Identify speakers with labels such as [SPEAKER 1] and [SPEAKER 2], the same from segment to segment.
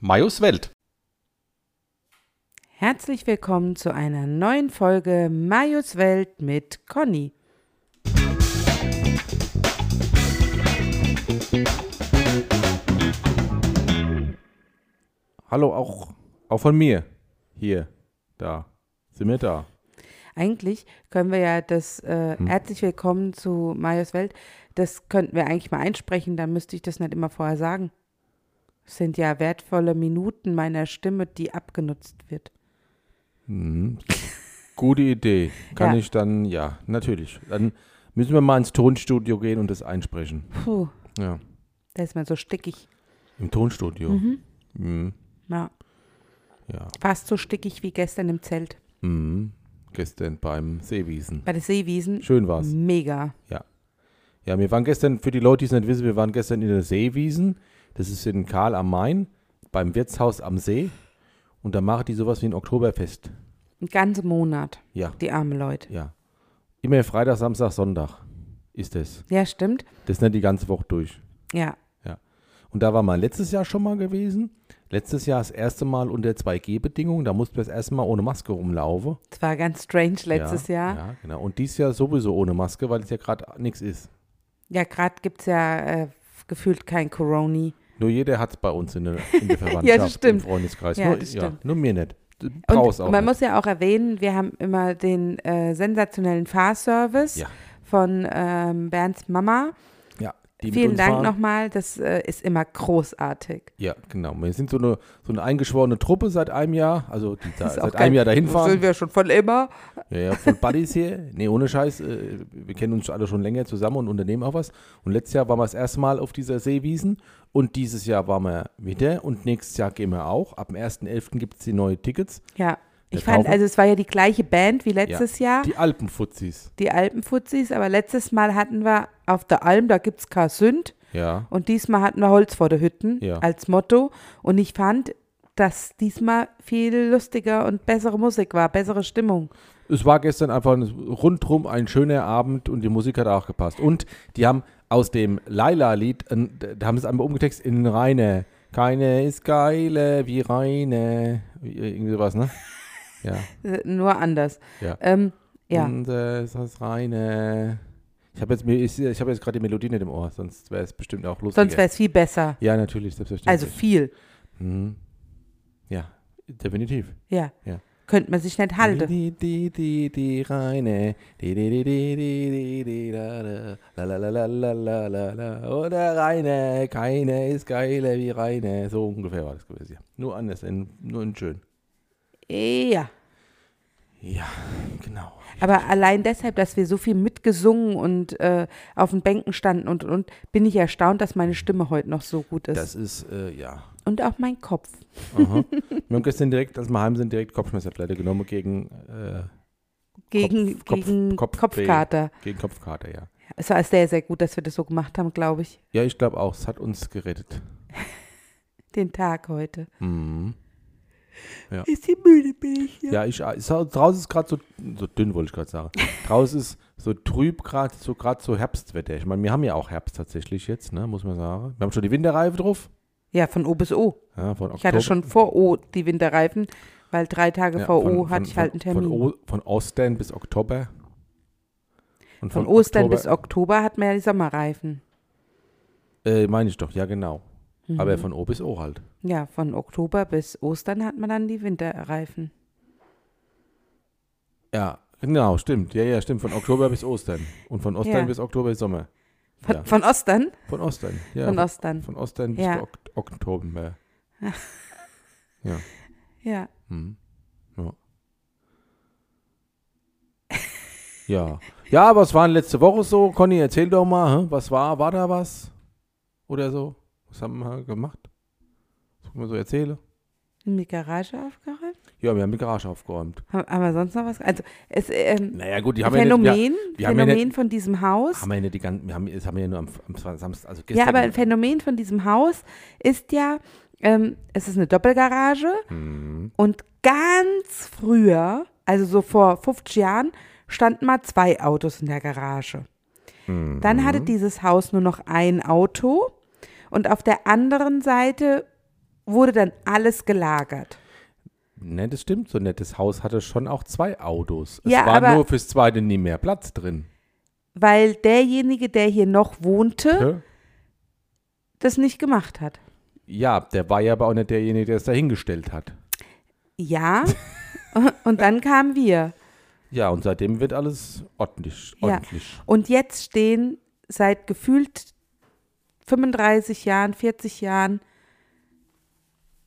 [SPEAKER 1] Majos Welt.
[SPEAKER 2] Herzlich willkommen zu einer neuen Folge Majos Welt mit Conny.
[SPEAKER 1] Hallo auch, auch von mir. Hier, da, sind wir da.
[SPEAKER 2] Eigentlich können wir ja das äh,
[SPEAKER 1] Hm.
[SPEAKER 2] Herzlich willkommen zu Majos Welt, das könnten wir eigentlich mal einsprechen, dann müsste ich das nicht immer vorher sagen. Es sind ja wertvolle Minuten meiner Stimme, die abgenutzt wird.
[SPEAKER 1] Gute Idee. Kann
[SPEAKER 2] Ja.
[SPEAKER 1] ich dann, ja, natürlich. Dann müssen wir mal ins Tonstudio gehen und das einsprechen.
[SPEAKER 2] Puh,
[SPEAKER 1] Ja,
[SPEAKER 2] da ist man so stickig.
[SPEAKER 1] im Tonstudio. Mhm.
[SPEAKER 2] Ja,
[SPEAKER 1] Ja,
[SPEAKER 2] fast so stickig wie gestern im Zelt
[SPEAKER 1] mhm. gestern beim Seewiesen.
[SPEAKER 2] bei den Seewiesen.
[SPEAKER 1] Schön war's.
[SPEAKER 2] Mhm. Mega.
[SPEAKER 1] Ja, wir waren gestern, für die Leute, die es nicht wissen, wir waren gestern in der Seewiesen. Das ist in Karl am Main, beim Wirtshaus am See. Und da machen die sowas wie ein Oktoberfest.
[SPEAKER 2] Einen ganzen Monat,
[SPEAKER 1] Ja,
[SPEAKER 2] die armen Leute.
[SPEAKER 1] ja. Immer Freitag, Samstag, Sonntag ist das.
[SPEAKER 2] Ja, stimmt.
[SPEAKER 1] Das ist nicht die ganze Woche durch.
[SPEAKER 2] Ja,
[SPEAKER 1] Und da war mal letztes Jahr schon mal gewesen. Letztes Jahr das erste Mal unter 2G-Bedingungen. Da mussten wir das erste Mal ohne Maske rumlaufen.
[SPEAKER 2] es war ganz strange letztes
[SPEAKER 1] ja,
[SPEAKER 2] Jahr.
[SPEAKER 1] Ja, genau. Und dieses Jahr sowieso ohne Maske, weil es ja gerade nichts ist.
[SPEAKER 2] Ja, gerade gibt es ja äh, gefühlt kein Coroni.
[SPEAKER 1] Nur jeder hat es bei uns in der, in der Verwandtschaft,
[SPEAKER 2] stimmt.
[SPEAKER 1] im Freundeskreis.
[SPEAKER 2] Ja,
[SPEAKER 1] nur,
[SPEAKER 2] das
[SPEAKER 1] ja,
[SPEAKER 2] stimmt.
[SPEAKER 1] nur mir nicht. Du
[SPEAKER 2] Und
[SPEAKER 1] brauchst auch
[SPEAKER 2] man
[SPEAKER 1] nicht.
[SPEAKER 2] muss ja auch erwähnen, wir haben immer den äh, sensationellen Fahrservice
[SPEAKER 1] Ja.
[SPEAKER 2] von ähm, Bernds Mama.
[SPEAKER 1] ja, die mit
[SPEAKER 2] Vielen
[SPEAKER 1] uns
[SPEAKER 2] Dank
[SPEAKER 1] fahren.
[SPEAKER 2] nochmal, das äh, ist immer großartig.
[SPEAKER 1] Ja, genau. Wir sind so eine, so eine eingeschworene Truppe seit einem Jahr. Also die da,
[SPEAKER 2] Ist auch
[SPEAKER 1] seit
[SPEAKER 2] geil.
[SPEAKER 1] einem Jahr dahin
[SPEAKER 2] So Sind
[SPEAKER 1] fahren.
[SPEAKER 2] wir schon von immer.
[SPEAKER 1] Ja, ja, voll Buddies hier. Nee, ohne Scheiß. Äh, wir kennen uns alle schon länger zusammen und unternehmen auch was. Und letztes Jahr waren wir das erste Mal auf dieser Seewiesen. Und dieses Jahr waren wir wieder. Und nächstes Jahr gehen wir auch. Ab dem 1.11. gibt es die neuen Tickets.
[SPEAKER 2] Ja.
[SPEAKER 1] Der
[SPEAKER 2] Ich fand,
[SPEAKER 1] Tauchen-
[SPEAKER 2] also es war ja die gleiche Band wie letztes Jahr, die,
[SPEAKER 1] Die Alpenfuzis.
[SPEAKER 2] Alpenfuzis, aber letztes Mal hatten wir auf der Alm, da gibt es kein Sünd
[SPEAKER 1] Ja.
[SPEAKER 2] und diesmal hatten wir Holz vor der Hütten
[SPEAKER 1] Ja.
[SPEAKER 2] als Motto und ich fand, dass diesmal viel lustiger und bessere Musik war, bessere Stimmung.
[SPEAKER 1] Es war gestern einfach ein, rundrum ein schöner Abend und die Musik hat auch gepasst. Und die haben aus dem Laila-Lied, äh, da haben sie es einmal umgetextet in Reine. Keine ist geile wie Reine. Wie- Irgendwie sowas, ne? Ja.
[SPEAKER 2] Äh, Nur anders.
[SPEAKER 1] Ja.
[SPEAKER 2] Ähm, ja.
[SPEAKER 1] Und äh, ist das Reine. Ich habe jetzt, mir- ich, ich hab jetzt gerade die Melodie nicht im Ohr, sonst wäre es bestimmt auch lustig.
[SPEAKER 2] Sonst wäre es viel besser.
[SPEAKER 1] Ja, natürlich, selbstverständlich.
[SPEAKER 2] Also viel.
[SPEAKER 1] Mhm. Ja, definitiv.
[SPEAKER 2] Ja.
[SPEAKER 1] Ja.
[SPEAKER 2] Könnte man sich nicht halten.
[SPEAKER 1] Die, die, die, die reine. Die, die, die, die, die, die, die, da, da. La, la, la, la, la, la, la, la. Oder reine. Keine ist geiler wie reine. So ungefähr war das gewesen. Ja. Nur anders, in, nur in schön.
[SPEAKER 2] Ja.
[SPEAKER 1] Ja, genau.
[SPEAKER 2] Aber allein deshalb, dass wir so viel mitgesungen und äh, auf den Bänken standen und, und, bin ich erstaunt, dass meine Stimme heute noch so gut ist.
[SPEAKER 1] Das ist, äh, ja.
[SPEAKER 2] und auch mein Kopf.
[SPEAKER 1] Aha. wir haben gestern direkt, als wir heim sind, direkt Kopfschmerztablette genommen gegen, äh,
[SPEAKER 2] Gegen,
[SPEAKER 1] Kopf-
[SPEAKER 2] gegen
[SPEAKER 1] Kopf- Kopfweh.
[SPEAKER 2] Kopfkater.
[SPEAKER 1] gegen Kopfkater, ja.
[SPEAKER 2] Es war sehr, sehr gut, dass wir das so gemacht haben, glaube ich,
[SPEAKER 1] Ja, ich glaube auch, es hat uns gerettet.
[SPEAKER 2] den Tag heute.
[SPEAKER 1] Mhm.
[SPEAKER 2] Ist die müde, bin ich.
[SPEAKER 1] Ja, ich, ich sag, draußen ist gerade so, so dünn, wollte ich gerade sagen. Draußen ist so trüb, gerade so, grad so Herbstwetter. Ich meine, wir haben ja auch Herbst tatsächlich jetzt, ne, muss man sagen. Wir haben schon die Winterreife drauf.
[SPEAKER 2] Ja, von O bis O.
[SPEAKER 1] Ja, von Oktober,
[SPEAKER 2] Ich hatte schon vor O die Winterreifen, weil drei Tage
[SPEAKER 1] ja,
[SPEAKER 2] vor
[SPEAKER 1] von-
[SPEAKER 2] O
[SPEAKER 1] von-
[SPEAKER 2] hatte ich halt einen
[SPEAKER 1] von-
[SPEAKER 2] Termin.
[SPEAKER 1] Von,
[SPEAKER 2] Von,
[SPEAKER 1] o, von Ostern bis Oktober. Und
[SPEAKER 2] Ostern
[SPEAKER 1] Oktober,
[SPEAKER 2] bis Oktober hat man ja die Sommerreifen.
[SPEAKER 1] Äh, meine ich doch, ja, genau.
[SPEAKER 2] Mhm.
[SPEAKER 1] Aber von O bis O halt.
[SPEAKER 2] Ja, von Oktober bis Ostern hat man dann die Winterreifen.
[SPEAKER 1] Ja, genau, stimmt. Ja, ja, stimmt. Von Oktober bis Ostern. Und von Ostern
[SPEAKER 2] Ja.
[SPEAKER 1] bis Oktober ist Sommer.
[SPEAKER 2] Von,
[SPEAKER 1] Ja.
[SPEAKER 2] von Ostern?
[SPEAKER 1] Von Ostern. Ja,
[SPEAKER 2] Von Ostern.
[SPEAKER 1] Von Ostern bis
[SPEAKER 2] Ja.
[SPEAKER 1] Ok- Oktober. ja.
[SPEAKER 2] Ja.
[SPEAKER 1] Mhm. Ja. ja. Ja, was war denn letzte Woche so? Conny, erzähl doch mal, hä? was war? War da was? Oder so? Was haben wir gemacht? Was kann man so erzählen?
[SPEAKER 2] In die Garage aufgeräumt?
[SPEAKER 1] Ja, wir haben die Garage aufgeräumt.
[SPEAKER 2] Haben, haben wir sonst noch was? Also, es, ähm,
[SPEAKER 1] Naja, gut, die haben ja nicht,
[SPEAKER 2] Phänomen,
[SPEAKER 1] wir haben ja
[SPEAKER 2] Phänomen von diesem
[SPEAKER 1] wir,
[SPEAKER 2] Haus.
[SPEAKER 1] haben ja nicht die ganzen, wir haben, das haben wir ja nur am, am Samstag, also
[SPEAKER 2] Ja,
[SPEAKER 1] gestern.
[SPEAKER 2] aber ein Phänomen von diesem Haus ist ja, ähm, es ist eine Doppelgarage
[SPEAKER 1] Mhm.
[SPEAKER 2] und ganz früher, also so vor 50 Jahren, standen mal zwei
[SPEAKER 1] Mhm.
[SPEAKER 2] Autos in der Garage. Dann hatte dieses Haus nur noch ein Auto Und auf der anderen Seite wurde dann alles gelagert.
[SPEAKER 1] Ne, das stimmt. So ein nettes Haus hatte schon auch zwei Autos. Es
[SPEAKER 2] Ja,
[SPEAKER 1] war
[SPEAKER 2] aber-
[SPEAKER 1] nur fürs zweite nie mehr Platz drin.
[SPEAKER 2] Weil derjenige, der hier noch wohnte,
[SPEAKER 1] Hä?
[SPEAKER 2] das nicht gemacht hat.
[SPEAKER 1] Ja, der war ja aber auch nicht derjenige, der es dahingestellt hat.
[SPEAKER 2] Ja. Und dann kamen wir.
[SPEAKER 1] Ja, und seitdem wird alles ordentlich.
[SPEAKER 2] Ja.
[SPEAKER 1] ordentlich.
[SPEAKER 2] Und jetzt stehen seit gefühlt 35 Jahren, 40 Jahren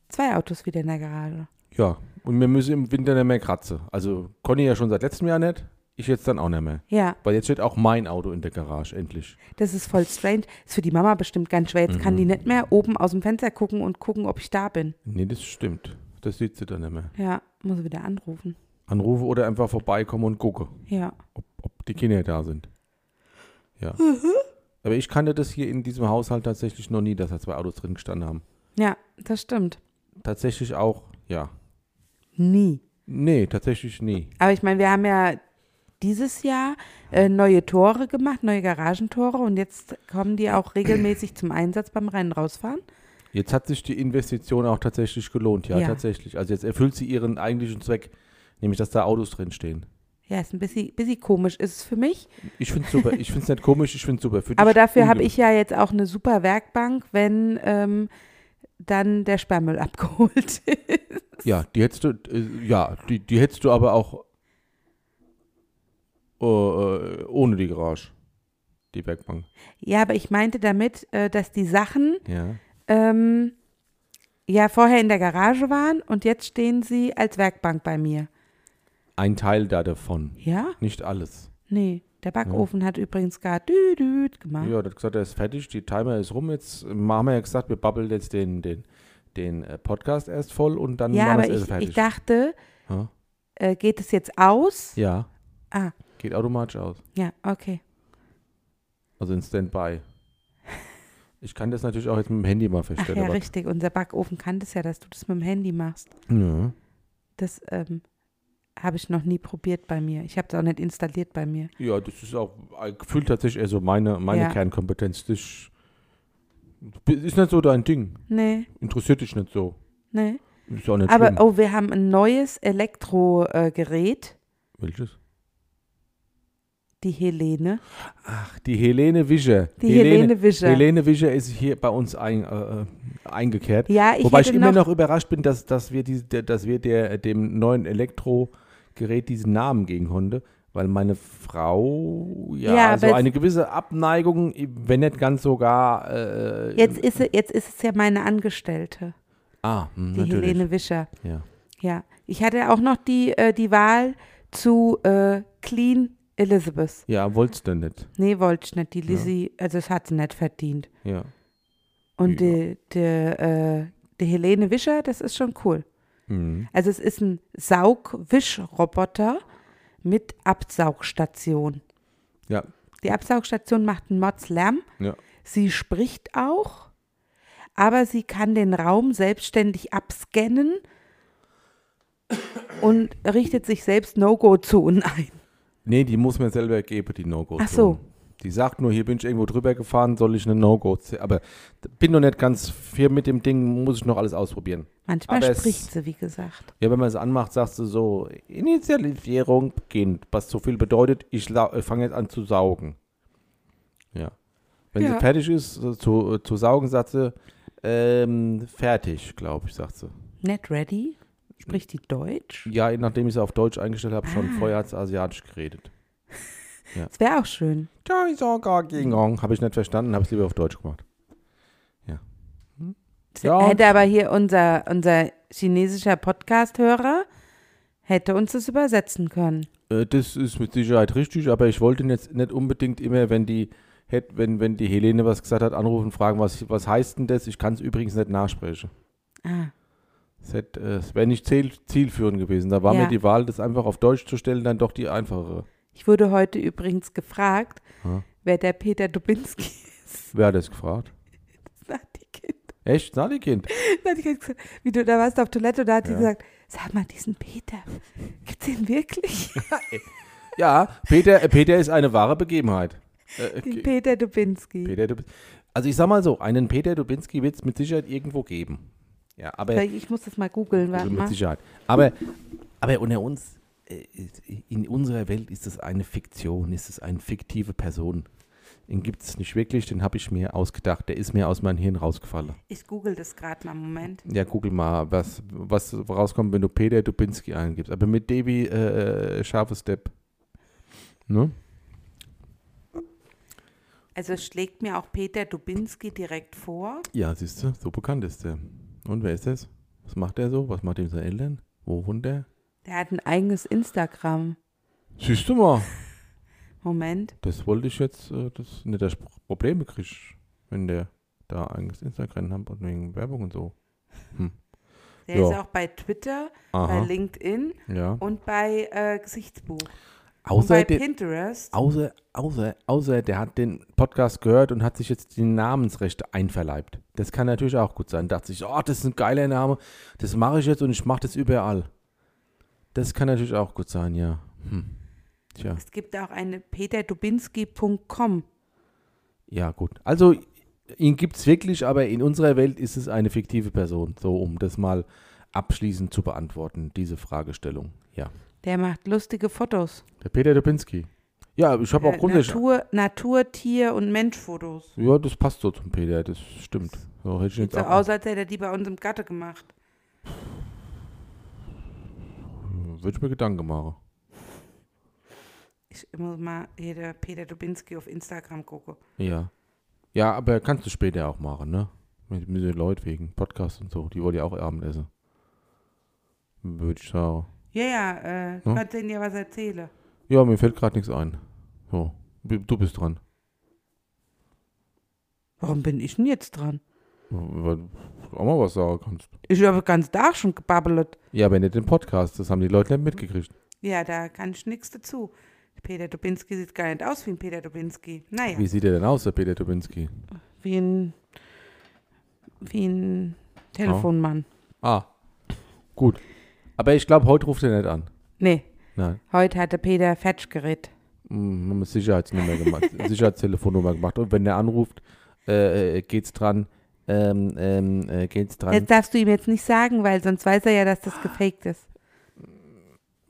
[SPEAKER 2] zwei Autos wieder in der Garage.
[SPEAKER 1] Ja. und wir müssen im Winter nicht mehr kratzen. Also Conny ja schon seit letztem Jahr nicht, ich jetzt dann auch nicht mehr.
[SPEAKER 2] Ja,
[SPEAKER 1] Weil jetzt steht auch mein Auto in der Garage, endlich.
[SPEAKER 2] das ist voll strange. Ist für die Mama bestimmt ganz schwer. Jetzt kann die nicht mehr oben aus dem Fenster gucken und gucken, ob ich da bin.
[SPEAKER 1] Nee, Ne, das stimmt. Das sieht sie dann nicht mehr.
[SPEAKER 2] Ja, muss wieder anrufen.
[SPEAKER 1] Anrufe oder einfach vorbeikommen und gucke,
[SPEAKER 2] Ja.
[SPEAKER 1] ob, ob die Kinder da sind. Ja.
[SPEAKER 2] Mhm.
[SPEAKER 1] Aber ich kannte das hier in diesem Haushalt tatsächlich noch nie, dass da zwei Autos drin gestanden haben.
[SPEAKER 2] Ja, das stimmt.
[SPEAKER 1] Tatsächlich auch, ja.
[SPEAKER 2] Nie.
[SPEAKER 1] Nee, tatsächlich nie.
[SPEAKER 2] Aber ich meine, wir haben ja dieses Jahr äh, neue Tore gemacht, neue Garagentore und jetzt kommen die auch regelmäßig zum Einsatz beim Rennen rausfahren.
[SPEAKER 1] Jetzt hat sich die Investition auch tatsächlich gelohnt, ja,
[SPEAKER 2] Ja.
[SPEAKER 1] tatsächlich. Also jetzt erfüllt sie ihren eigentlichen Zweck, nämlich dass da Autos drin stehen.
[SPEAKER 2] Ja, ist ein bisschen, bisschen komisch, ist es für mich.
[SPEAKER 1] Ich find's super, ich find's nicht komisch, ich find's super. Für dich
[SPEAKER 2] Aber dafür habe
[SPEAKER 1] ungewohnt.
[SPEAKER 2] ich ja jetzt auch eine super Werkbank, wenn ähm, dann der Sperrmüll abgeholt ist.
[SPEAKER 1] Ja, die hättest du, äh, ja, die, die hättest du aber auch äh, äh, ohne die Garage, die Werkbank.
[SPEAKER 2] Ja, aber ich meinte damit, äh, dass die Sachen
[SPEAKER 1] Ja.
[SPEAKER 2] ähm, ja vorher in der Garage waren und jetzt stehen sie als Werkbank bei mir.
[SPEAKER 1] Ein Teil da davon,
[SPEAKER 2] Ja?
[SPEAKER 1] nicht alles.
[SPEAKER 2] Nee. Der Backofen hat übrigens gar düdüd gemacht.
[SPEAKER 1] Ja, das gesagt, er ist fertig, die Timer ist rum. Jetzt haben wir ja gesagt, wir babbeln jetzt den, den, den äh, Podcast erst voll und dann
[SPEAKER 2] Ja,
[SPEAKER 1] machen
[SPEAKER 2] aber
[SPEAKER 1] wir es erst
[SPEAKER 2] ich, ich
[SPEAKER 1] fertig.
[SPEAKER 2] dachte,
[SPEAKER 1] Ja.
[SPEAKER 2] äh, geht es jetzt aus?
[SPEAKER 1] ja,
[SPEAKER 2] Ah,
[SPEAKER 1] geht automatisch aus.
[SPEAKER 2] ja, okay.
[SPEAKER 1] Also in Standby. Ich kann das natürlich auch jetzt mit dem Handy mal
[SPEAKER 2] Ach
[SPEAKER 1] feststellen.
[SPEAKER 2] ja,
[SPEAKER 1] aber-
[SPEAKER 2] richtig. Unser Backofen kann das ja, dass du das mit dem Handy machst.
[SPEAKER 1] Ja.
[SPEAKER 2] Das ähm, habe ich noch nie probiert bei mir. Ich habe es auch nicht installiert bei mir.
[SPEAKER 1] ja, das ist auch äh, gefühlt tatsächlich eher so meine, meine
[SPEAKER 2] Ja.
[SPEAKER 1] Kernkompetenz. Das ist- ist nicht so dein Ding.
[SPEAKER 2] Nee,
[SPEAKER 1] Interessiert dich nicht so.
[SPEAKER 2] nee.
[SPEAKER 1] Ist auch nicht
[SPEAKER 2] Aber
[SPEAKER 1] schlimm.
[SPEAKER 2] oh, wir haben ein neues Elektrogerät,
[SPEAKER 1] Welches?
[SPEAKER 2] die Helene.
[SPEAKER 1] Ach, die Helene Wischer.
[SPEAKER 2] Die Helene Wischer.
[SPEAKER 1] Helene Wischer ist hier bei uns ein, äh, äh, eingekehrt.
[SPEAKER 2] Ja, ich
[SPEAKER 1] Wobei ich
[SPEAKER 2] hätte
[SPEAKER 1] immer
[SPEAKER 2] noch,
[SPEAKER 1] noch überrascht bin, dass, dass wir, die, der- dass wir der, dem neuen Elektrogerät diesen Namen geben konnten, weil meine Frau ja,
[SPEAKER 2] Ja,
[SPEAKER 1] so
[SPEAKER 2] aber
[SPEAKER 1] eine gewisse Abneigung, wenn nicht ganz sogar. Äh,
[SPEAKER 2] jetzt ist, sie- jetzt ist es ja meine Angestellte,
[SPEAKER 1] ah, hm,
[SPEAKER 2] die
[SPEAKER 1] natürlich.
[SPEAKER 2] Helene Wischer.
[SPEAKER 1] Ja.
[SPEAKER 2] Ja, ich hatte auch noch die, äh, die Wahl zu äh, Clean Elizabeth.
[SPEAKER 1] ja, wolltest du nicht.
[SPEAKER 2] Nee, wollte ich nicht. Die Lizzie, also das hat sie nicht verdient.
[SPEAKER 1] Ja.
[SPEAKER 2] Und
[SPEAKER 1] Ja.
[SPEAKER 2] die, die, äh, die Helene Wischer, das ist schon cool.
[SPEAKER 1] Mhm.
[SPEAKER 2] Also es ist ein Saugwischroboter mit Absaugstation.
[SPEAKER 1] Ja.
[SPEAKER 2] Die Absaugstation macht einen Mordslärm.
[SPEAKER 1] Ja.
[SPEAKER 2] Sie spricht auch, aber sie kann den Raum selbstständig abscannen und richtet sich selbst No-Go-Zonen ein.
[SPEAKER 1] Nee, die muss mir selber geben, die No-Go.
[SPEAKER 2] Ach so.
[SPEAKER 1] Die sagt nur, hier bin ich irgendwo drüber gefahren, soll ich eine No-Go. Aber bin noch nicht ganz firm mit dem Ding, muss ich noch alles ausprobieren.
[SPEAKER 2] Manchmal
[SPEAKER 1] Aber es-
[SPEAKER 2] spricht sie, wie gesagt.
[SPEAKER 1] Ja, wenn man es anmacht, sagst du so, Initialisierung beginnt, was so viel bedeutet, ich lau- äh, fange jetzt an zu saugen. Ja. Wenn
[SPEAKER 2] Ja.
[SPEAKER 1] sie fertig ist, so zu, äh, zu saugen, sagt sie, ähm, fertig, glaube ich, sagt sie.
[SPEAKER 2] Not ready? Spricht die Deutsch?
[SPEAKER 1] Ja, nachdem ich sie auf Deutsch eingestellt habe, schon
[SPEAKER 2] Ah.
[SPEAKER 1] vorher hat sie asiatisch geredet.
[SPEAKER 2] Das wäre auch schön.
[SPEAKER 1] Habe ich nicht verstanden, habe es lieber auf Deutsch gemacht. Ja,
[SPEAKER 2] Ja, hätte aber hier unser, unser chinesischer Podcast-Hörer hätte uns das übersetzen können.
[SPEAKER 1] Äh, Das ist mit Sicherheit richtig, aber ich wollte jetzt nicht unbedingt immer, wenn die, hätt- wenn, wenn die Helene was gesagt hat, anrufen und fragen, was, was heißt denn das? Ich kann es übrigens nicht nachsprechen.
[SPEAKER 2] Ah,
[SPEAKER 1] Es hätt, äh, es wäre nicht ziel, zielführend gewesen. Da war
[SPEAKER 2] Ja.
[SPEAKER 1] mir die Wahl, das einfach auf Deutsch zu stellen, dann doch die einfachere.
[SPEAKER 2] ich wurde heute übrigens gefragt,
[SPEAKER 1] Ja.
[SPEAKER 2] wer der Peter Dubinski ist.
[SPEAKER 1] Wer hat das gefragt?
[SPEAKER 2] Sagt die Kind.
[SPEAKER 1] Echt? Na, die Kind.
[SPEAKER 2] Dann hat die Kind gesagt, Wie du da warst auf Toilette, da hat die
[SPEAKER 1] Ja.
[SPEAKER 2] gesagt, sag mal, diesen Peter, gibt's den wirklich?
[SPEAKER 1] Ja, Peter, äh, Peter ist eine wahre Begebenheit. Äh,
[SPEAKER 2] Den
[SPEAKER 1] Ge-
[SPEAKER 2] Peter Dubinski.
[SPEAKER 1] Peter, du bist. Also ich sag mal so, einen Peter Dubinski wird es mit Sicherheit irgendwo geben. Ja, aber
[SPEAKER 2] Ich muss das mal googeln, warte
[SPEAKER 1] Also mit
[SPEAKER 2] mal.
[SPEAKER 1] Sicherheit. Aber, aber unter uns, äh, in unserer Welt ist es eine Fiktion, ist es eine fiktive Person. Den gibt es nicht wirklich, den habe ich mir ausgedacht. Der ist mir aus meinem Hirn rausgefallen.
[SPEAKER 2] Ich google das gerade mal, Moment.
[SPEAKER 1] Ja, google mal, was, was rauskommt, wenn du Peter Dubinski eingibst. Aber mit Debbie äh, äh, scharfes Depp. Ne?
[SPEAKER 2] Also schlägt mir auch Peter Dubinski direkt vor.
[SPEAKER 1] Ja, siehst du, so bekannt ist der. Und wer ist das? Was macht er so? Was macht ihm seine Eltern? Wo wohnt er?
[SPEAKER 2] Der hat ein eigenes Instagram.
[SPEAKER 1] Siehst du mal,
[SPEAKER 2] Moment.
[SPEAKER 1] das wollte ich jetzt, äh, das nicht das Pro- Probleme kriegst, wenn der da eigenes Instagram hat und wegen Werbung und so.
[SPEAKER 2] Der
[SPEAKER 1] Ja.
[SPEAKER 2] ist auch bei Twitter, bei
[SPEAKER 1] Aha,
[SPEAKER 2] LinkedIn
[SPEAKER 1] ja.
[SPEAKER 2] und bei äh, Gesichtsbuch. Und
[SPEAKER 1] Außer,
[SPEAKER 2] bei
[SPEAKER 1] der,
[SPEAKER 2] Pinterest.
[SPEAKER 1] außer, außer, außer, der hat den Podcast gehört und hat sich jetzt die Namensrechte einverleibt. Das kann natürlich auch gut sein. Dachte sich, oh, das ist ein geiler Name, das mache ich jetzt und ich mache das überall. Das kann natürlich auch gut sein, ja. Hm. Tja.
[SPEAKER 2] Es gibt auch eine peterdubinski.com.
[SPEAKER 1] Ja, gut. Also ihn gibt es wirklich, aber in unserer Welt ist es eine fiktive Person. So, um das mal abschließend zu beantworten, diese Fragestellung. Ja.
[SPEAKER 2] Der macht lustige Fotos.
[SPEAKER 1] Der Peter Dubinski. Ja, ich habe auch
[SPEAKER 2] Äh,
[SPEAKER 1] grundsätzlich.
[SPEAKER 2] Natur, Natur, Tier und Mensch-Fotos.
[SPEAKER 1] Ja, das passt so zum Peter, das stimmt. So hätte ich
[SPEAKER 2] Sieht
[SPEAKER 1] jetzt
[SPEAKER 2] so
[SPEAKER 1] auch.
[SPEAKER 2] aus, als hätte er die bei uns im Gatte gemacht.
[SPEAKER 1] Würde ich mir Gedanken machen.
[SPEAKER 2] Ich muss mal jeder Peter Dubinski auf Instagram gucken.
[SPEAKER 1] Ja. Ja, aber kannst du später auch machen, ne? Mit, mit den Leuten wegen Podcast und so. Die wollen ja auch Abendessen. Würde ich sagen.
[SPEAKER 2] Ja, ja, äh,
[SPEAKER 1] Hm?
[SPEAKER 2] kannst denen ja was erzählen.
[SPEAKER 1] Ja, mir fällt gerade nichts ein. So, du bist dran.
[SPEAKER 2] Warum bin ich denn jetzt dran?
[SPEAKER 1] Weil du auch mal was sagen kannst.
[SPEAKER 2] Ich habe ganz da schon gebabbelt.
[SPEAKER 1] Ja, aber nicht den Podcast, das haben die Leute nicht mitgekriegt.
[SPEAKER 2] Ja, da kann ich nichts dazu. Peter Dubinski sieht gar nicht aus wie ein Peter Dubinski. Naja,
[SPEAKER 1] Wie sieht er denn aus, der Peter Dubinski?
[SPEAKER 2] wie ein, wie ein Telefonmann.
[SPEAKER 1] Ah, gut. Aber ich glaube, heute ruft er nicht an.
[SPEAKER 2] Nee,
[SPEAKER 1] Nein,
[SPEAKER 2] heute hatte Peter Fetschgerät.
[SPEAKER 1] Mm, haben eine Sicherheitsnummer gemacht, Sicherheitstelefonnummer gemacht. Und wenn er anruft, äh, äh, geht's dran, ähm, ähm, äh, geht's dran.
[SPEAKER 2] Das darfst du ihm jetzt nicht sagen, weil sonst weiß er ja, dass das gefaked ist.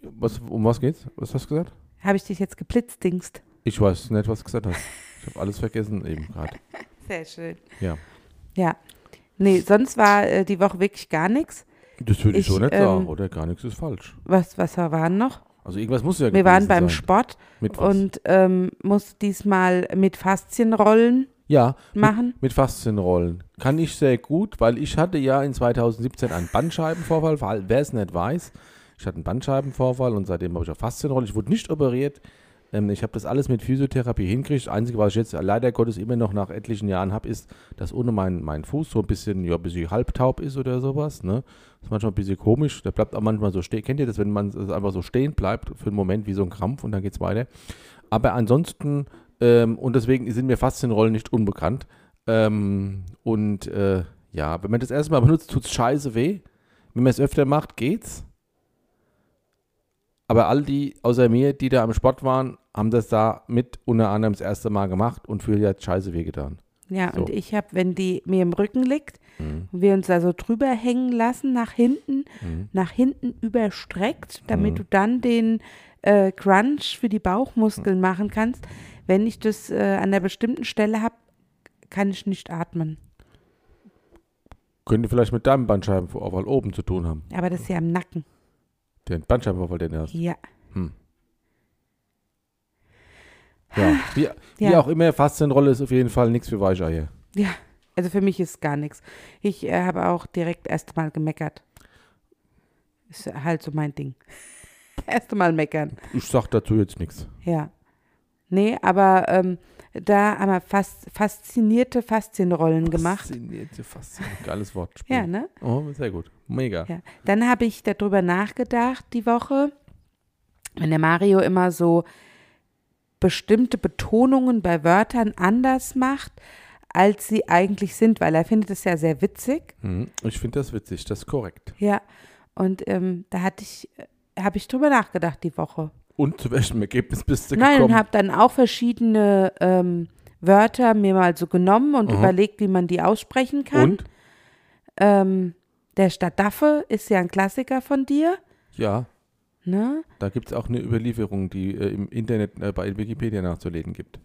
[SPEAKER 1] Was, um was geht's? Was hast du gesagt?
[SPEAKER 2] Habe ich dich jetzt geblitzdingst?
[SPEAKER 1] Ich weiß nicht, was du gesagt hast. Ich habe alles vergessen eben gerade.
[SPEAKER 2] Sehr schön.
[SPEAKER 1] Ja.
[SPEAKER 2] Ja. Nee, sonst war äh, die Woche wirklich gar nichts.
[SPEAKER 1] Das würde ich,
[SPEAKER 2] Ich,
[SPEAKER 1] so nicht
[SPEAKER 2] ähm,
[SPEAKER 1] sagen, oder? Gar nichts ist falsch.
[SPEAKER 2] Was, was wir waren noch?
[SPEAKER 1] Also irgendwas muss ja
[SPEAKER 2] Wir waren
[SPEAKER 1] gewesen
[SPEAKER 2] beim
[SPEAKER 1] sein.
[SPEAKER 2] Sport
[SPEAKER 1] Mit was?
[SPEAKER 2] und ähm, musste diesmal mit Faszienrollen
[SPEAKER 1] ja,
[SPEAKER 2] machen.
[SPEAKER 1] Mit Faszienrollen. Kann ich sehr gut, weil ich hatte ja in 2017 einen Bandscheibenvorfall. Für all- Wer es nicht weiß, ich hatte einen Bandscheibenvorfall und seitdem habe ich eine Faszienrolle. Ich wurde nicht operiert. Ähm, Ich habe das alles mit Physiotherapie hingekriegt. Das Einzige, was ich jetzt leider Gottes immer noch nach etlichen Jahren habe, ist, dass ohne meinen mein Fuß so ein bisschen, ja, ein bisschen halbtaub ist oder sowas. Ne? Das ist manchmal ein bisschen komisch. Der bleibt auch manchmal so stehen. Kennt ihr das, wenn man es einfach so stehen bleibt für einen Moment wie so ein Krampf und dann geht es weiter? Aber ansonsten, ähm, und deswegen sind mir Faszienrollen nicht unbekannt. Ähm, und äh, ja, wenn man das erste Mal benutzt, tut es scheiße weh. Wenn man es öfter macht, geht's. Aber all die außer mir, die da am Sport waren, haben das da mit unter anderem das erste Mal gemacht und für die hat scheiße weh getan.
[SPEAKER 2] Ja,
[SPEAKER 1] So.
[SPEAKER 2] und ich habe, wenn die mir im Rücken liegt,
[SPEAKER 1] Mhm,
[SPEAKER 2] und wir uns da so drüber hängen lassen, nach hinten, nach hinten überstreckt, damit du dann den äh, Crunch für die Bauchmuskeln machen kannst. Wenn ich das äh, an einer bestimmten Stelle habe, kann ich nicht atmen.
[SPEAKER 1] Könnte vielleicht mit deinem Bandscheibenvorfall oben zu tun haben.
[SPEAKER 2] Aber das ist ja im Nacken.
[SPEAKER 1] Den Bandscheibenvorfall, den du hast.
[SPEAKER 2] Ja.
[SPEAKER 1] Ja. Wie, wie
[SPEAKER 2] Ja.
[SPEAKER 1] auch immer, Faszienrolle ist auf jeden Fall nichts für Weicheier.
[SPEAKER 2] Ja. Also für mich ist gar nichts. Ich äh, habe auch direkt erst mal gemeckert. Ist halt so mein Ding. Erst mal meckern.
[SPEAKER 1] Ich sag dazu jetzt nichts.
[SPEAKER 2] Ja. Nee, aber ähm, da haben wir fas faszinierte Faszienrollen gemacht.
[SPEAKER 1] Faszinierte, fasziniert. Geiles Wort.
[SPEAKER 2] Ja, ne?
[SPEAKER 1] Oh, sehr gut. Mega.
[SPEAKER 2] Ja. Dann habe ich darüber nachgedacht die Woche, wenn der Mario immer so bestimmte Betonungen bei Wörtern anders macht, als sie eigentlich sind, weil er findet es ja sehr witzig.
[SPEAKER 1] Mhm. Ich finde das witzig, das ist korrekt.
[SPEAKER 2] Ja. Und ähm, da hatte ich, habe ich drüber nachgedacht die Woche.
[SPEAKER 1] Und zu welchem Ergebnis bist du
[SPEAKER 2] Nein,
[SPEAKER 1] gekommen?
[SPEAKER 2] und habe dann auch verschiedene ähm, Wörter mir mal so genommen und
[SPEAKER 1] Aha.
[SPEAKER 2] überlegt, wie man die aussprechen kann.
[SPEAKER 1] Und?
[SPEAKER 2] Ähm, der Stadaffe ist ja ein Klassiker von dir,
[SPEAKER 1] Ja,
[SPEAKER 2] ne?
[SPEAKER 1] da gibt es auch eine Überlieferung, die äh, im Internet äh, bei Wikipedia nachzulesen gibt.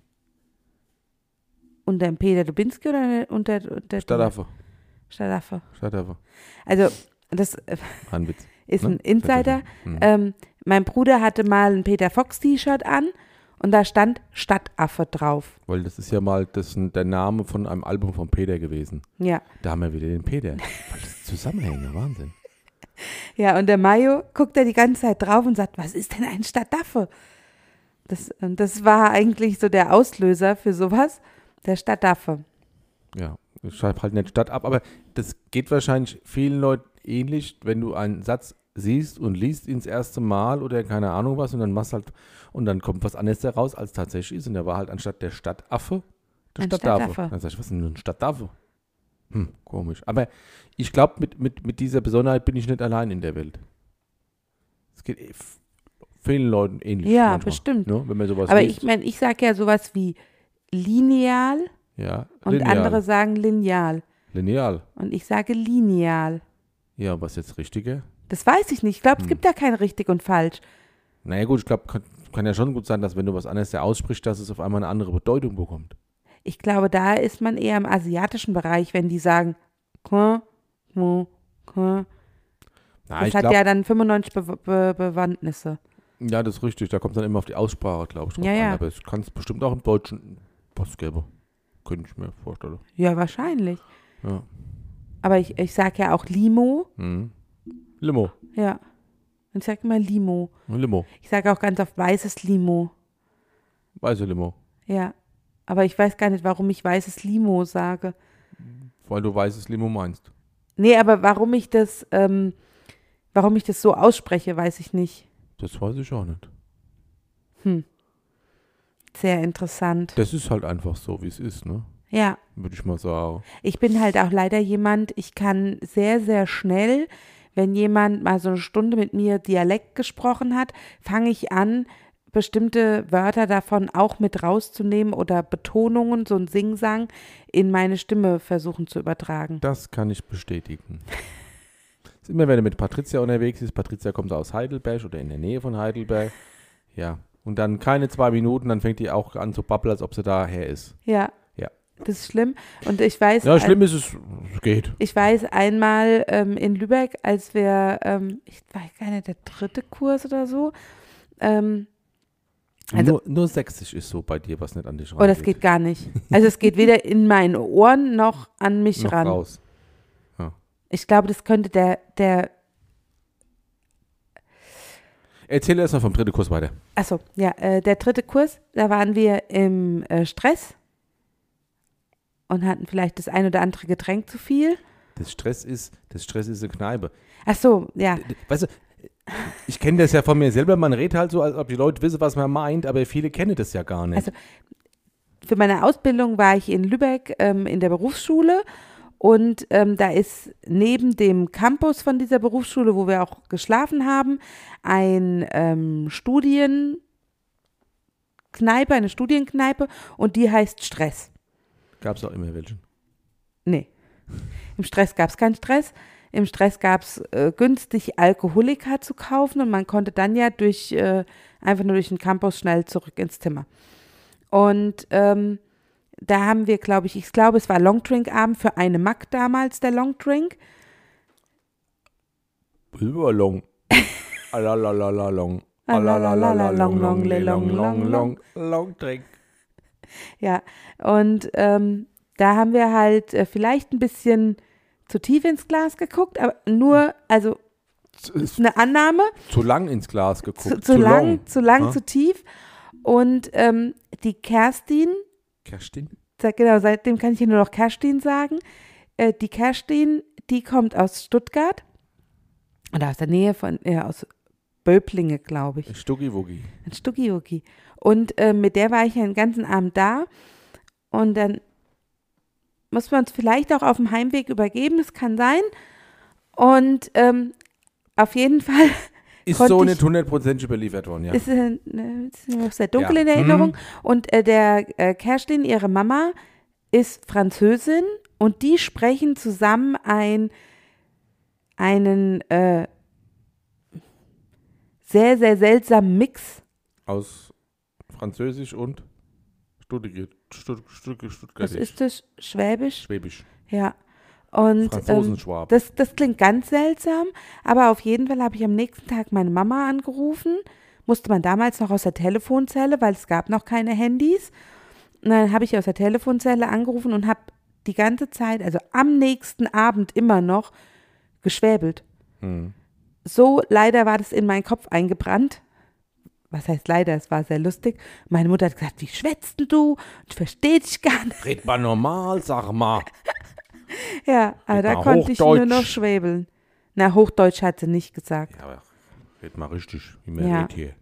[SPEAKER 2] Unter dem Peter Dubinski oder unter, unter
[SPEAKER 1] Stadtaffe.
[SPEAKER 2] Stadaffe.
[SPEAKER 1] Stadtaffe.
[SPEAKER 2] Also, das äh,
[SPEAKER 1] War ein Witz.
[SPEAKER 2] ist
[SPEAKER 1] Ne?
[SPEAKER 2] ein Insider.
[SPEAKER 1] Mhm.
[SPEAKER 2] Ähm, mein Bruder hatte mal ein Peter Fox T-Shirt an und da stand Stadtaffe drauf.
[SPEAKER 1] Weil das ist ja mal das, der Name von einem Album von Peter gewesen.
[SPEAKER 2] Ja.
[SPEAKER 1] Da haben wir wieder den Peter. Weil das Zusammenhänge, Wahnsinn.
[SPEAKER 2] Ja, und der Mayo guckt da die ganze Zeit drauf und sagt, was ist denn ein Stadtaffe? Das, und das war eigentlich so der Auslöser für sowas, der Stadtaffe.
[SPEAKER 1] Ja, ich schreibe halt nicht Stadt ab, aber das geht wahrscheinlich vielen Leuten ähnlich, wenn du einen Satz siehst und liest ihn das erste Mal oder keine Ahnung was und dann machst halt und dann kommt was anderes heraus, als tatsächlich ist. Und der war halt anstatt der Stadtaffe der
[SPEAKER 2] Ein
[SPEAKER 1] Stadtaffe.
[SPEAKER 2] Stadtaffe.
[SPEAKER 1] Dann sag ich, was ist denn ein Stadtaffe? Hm, komisch. Aber ich glaube, mit, mit, mit dieser Besonderheit bin ich nicht allein in der Welt. Es geht eh f- vielen Leuten ähnlich.
[SPEAKER 2] Ja,
[SPEAKER 1] manchmal,
[SPEAKER 2] bestimmt.
[SPEAKER 1] Ne? Wenn man sowas
[SPEAKER 2] Aber
[SPEAKER 1] liest.
[SPEAKER 2] ich meine, ich sage ja sowas wie lineal
[SPEAKER 1] ja,
[SPEAKER 2] und
[SPEAKER 1] lineal.
[SPEAKER 2] andere sagen lineal.
[SPEAKER 1] Lineal.
[SPEAKER 2] Und ich sage lineal.
[SPEAKER 1] Ja, was jetzt richtiger?
[SPEAKER 2] Das weiß ich nicht. Ich
[SPEAKER 1] Hm.
[SPEAKER 2] glaube, es gibt da kein richtig und falsch.
[SPEAKER 1] Naja gut, ich glaube, kann, kann ja schon gut sein, dass wenn du was anderes ja aussprichst, dass es auf einmal eine andere Bedeutung bekommt.
[SPEAKER 2] Ich glaube, da ist man eher im asiatischen Bereich, wenn die sagen, "Kwa, mo, kwa."
[SPEAKER 1] Na,
[SPEAKER 2] das
[SPEAKER 1] Ah, ich
[SPEAKER 2] hat
[SPEAKER 1] glaub, ja,
[SPEAKER 2] ja dann 95 Be Be Bewandtnisse.
[SPEAKER 1] das ist richtig. Da kommt dann immer auf die Aussprache, glaube ich. drauf
[SPEAKER 2] Ja,
[SPEAKER 1] an.
[SPEAKER 2] ja.
[SPEAKER 1] Aber es kann es bestimmt auch im Deutschen was gäbe. Könnte ich mir vorstellen.
[SPEAKER 2] Ja, wahrscheinlich.
[SPEAKER 1] Ja.
[SPEAKER 2] Aber ich, ich sage ja auch Limo.
[SPEAKER 1] Mhm. Limo.
[SPEAKER 2] Ja. Und ich sage immer Limo.
[SPEAKER 1] Limo.
[SPEAKER 2] Ich sage auch ganz oft weißes Limo.
[SPEAKER 1] Weiße Limo.
[SPEAKER 2] Ja. Aber ich weiß gar nicht, warum ich weißes Limo sage.
[SPEAKER 1] Weil du weißes Limo meinst.
[SPEAKER 2] Nee, aber warum ich das, ähm, warum ich das so ausspreche, weiß ich nicht.
[SPEAKER 1] Das weiß ich auch nicht.
[SPEAKER 2] Sehr interessant.
[SPEAKER 1] Das ist halt einfach so, wie es ist, ne?
[SPEAKER 2] Ja.
[SPEAKER 1] Würde ich mal sagen.
[SPEAKER 2] Ich bin halt auch leider jemand, ich kann sehr, sehr schnell, wenn jemand mal so eine Stunde mit mir Dialekt gesprochen hat, fange ich an, bestimmte Wörter davon auch mit rauszunehmen oder Betonungen, so ein Singsang, in meine Stimme versuchen zu übertragen.
[SPEAKER 1] Das kann ich bestätigen. ist immer wenn er mit Patricia unterwegs ist. Patricia kommt aus Heidelberg oder in der Nähe von Heidelberg. Ja. Und dann keine zwei Minuten, dann fängt die auch an zu babbeln, als ob sie daher ist.
[SPEAKER 2] Ja.
[SPEAKER 1] Ja.
[SPEAKER 2] Das ist schlimm. Und ich weiß,
[SPEAKER 1] Ja, schlimm ist es, es geht.
[SPEAKER 2] ich weiß einmal ähm, in Lübeck, als wir, ähm, ich weiß gar nicht, der dritte Kurs oder so, ähm, Also-
[SPEAKER 1] nur, nur sächsisch ist so bei dir, was nicht an dich rangeht.
[SPEAKER 2] Oder es geht gar nicht. Also es geht weder in meine Ohren noch an mich
[SPEAKER 1] Noch
[SPEAKER 2] ran.
[SPEAKER 1] raus.
[SPEAKER 2] Ich glaube, das könnte der, der,
[SPEAKER 1] Erzähl erst mal vom dritten Kurs weiter.
[SPEAKER 2] achso, ja, äh, der dritte Kurs, da waren wir im äh, Stress und hatten vielleicht das ein oder andere Getränk zu viel.
[SPEAKER 1] Das Stress ist, das Stress ist eine Kneipe.
[SPEAKER 2] Achso, ja,
[SPEAKER 1] D- Weißt du, ich kenne das ja von mir selber, man redet halt so, als ob die Leute wissen, was man meint, aber viele kennen das ja gar nicht.
[SPEAKER 2] Also- für meine Ausbildung war ich in Lübeck ähm, in der Berufsschule und ähm, da ist neben dem Campus von dieser Berufsschule, wo wir auch geschlafen haben, ein ähm, Studienkneipe, eine Studienkneipe und die heißt Stress.
[SPEAKER 1] Gab es auch immer welche.
[SPEAKER 2] Nee. Im Stress gab es keinen Stress. Im Stress gab es äh, günstig Alkoholika zu kaufen und man konnte dann ja durch äh, einfach nur durch den Campus schnell zurück ins Zimmer. Und ähm, da haben wir, glaube ich, ich glaube, es war Longdrink-Abend für eine Mack damals, der Longdrink.
[SPEAKER 1] Pulverlong. Alalalalong.
[SPEAKER 2] Alalalalong, long,
[SPEAKER 1] Alalalalong,
[SPEAKER 2] long, long,
[SPEAKER 1] long, long, drink.
[SPEAKER 2] Ja, und ähm, da haben wir halt äh, vielleicht ein bisschen zu tief ins Glas geguckt, aber nur, also
[SPEAKER 1] Zu,
[SPEAKER 2] eine Annahme.
[SPEAKER 1] zu lang ins Glas geguckt.
[SPEAKER 2] zu, zu lang, ne? zu lang,
[SPEAKER 1] Ja.
[SPEAKER 2] zu tief. Und ähm, die Kerstin,
[SPEAKER 1] Kerstin?
[SPEAKER 2] sag- genau, seitdem kann ich hier nur noch Kerstin sagen. Äh, die Kerstin, die kommt aus Stuttgart oder aus der Nähe von, äh, aus Böblinge, glaube ich.
[SPEAKER 1] Stuckiwuggi.
[SPEAKER 2] Ein Stuckiwucki. Und äh, mit der war ich ja den ganzen Abend da. Und dann muss man uns vielleicht auch auf dem Heimweg übergeben, das kann sein. Und ähm, auf jeden Fall
[SPEAKER 1] Ist
[SPEAKER 2] konnte
[SPEAKER 1] so
[SPEAKER 2] ich-
[SPEAKER 1] nicht hundertprozentig überliefert worden, ja.
[SPEAKER 2] ist, äh, ne, ist mir noch sehr dunkel
[SPEAKER 1] Ja. Mhm.
[SPEAKER 2] in Erinnerung. Und äh, der äh, Kerstin, ihre Mama, ist Französin und die sprechen zusammen ein, einen äh, sehr, sehr seltsamen Mix.
[SPEAKER 1] Aus Französisch und Stuttgart. Stutt, Stutt,
[SPEAKER 2] Was
[SPEAKER 1] Stuttgart.
[SPEAKER 2] ist das? Schwäbisch?
[SPEAKER 1] Schwäbisch.
[SPEAKER 2] Ja. Und ähm,
[SPEAKER 1] Franzosenschwab.
[SPEAKER 2] das, das klingt ganz seltsam, aber auf jeden Fall habe ich am nächsten Tag meine Mama angerufen. Musste man damals noch aus der Telefonzelle, weil es gab noch keine Handys. Und dann habe ich aus der Telefonzelle angerufen und habe die ganze Zeit, also am nächsten Abend immer noch, geschwäbelt.
[SPEAKER 1] Hm.
[SPEAKER 2] So leider war das in meinen Kopf eingebrannt. Was heißt leider, es war sehr lustig. Meine Mutter hat gesagt, wie schwätzt denn du? Ich verstehe dich gar nicht.
[SPEAKER 1] Red mal normal, sag mal.
[SPEAKER 2] Ja, aber
[SPEAKER 1] Red
[SPEAKER 2] da
[SPEAKER 1] mal
[SPEAKER 2] konnte ich nur
[SPEAKER 1] Hochdeutsch.
[SPEAKER 2] noch schwäbeln. Na, Hochdeutsch hat sie nicht gesagt.
[SPEAKER 1] Ja, aber red mal richtig, wie man
[SPEAKER 2] Ja.
[SPEAKER 1] redet hier.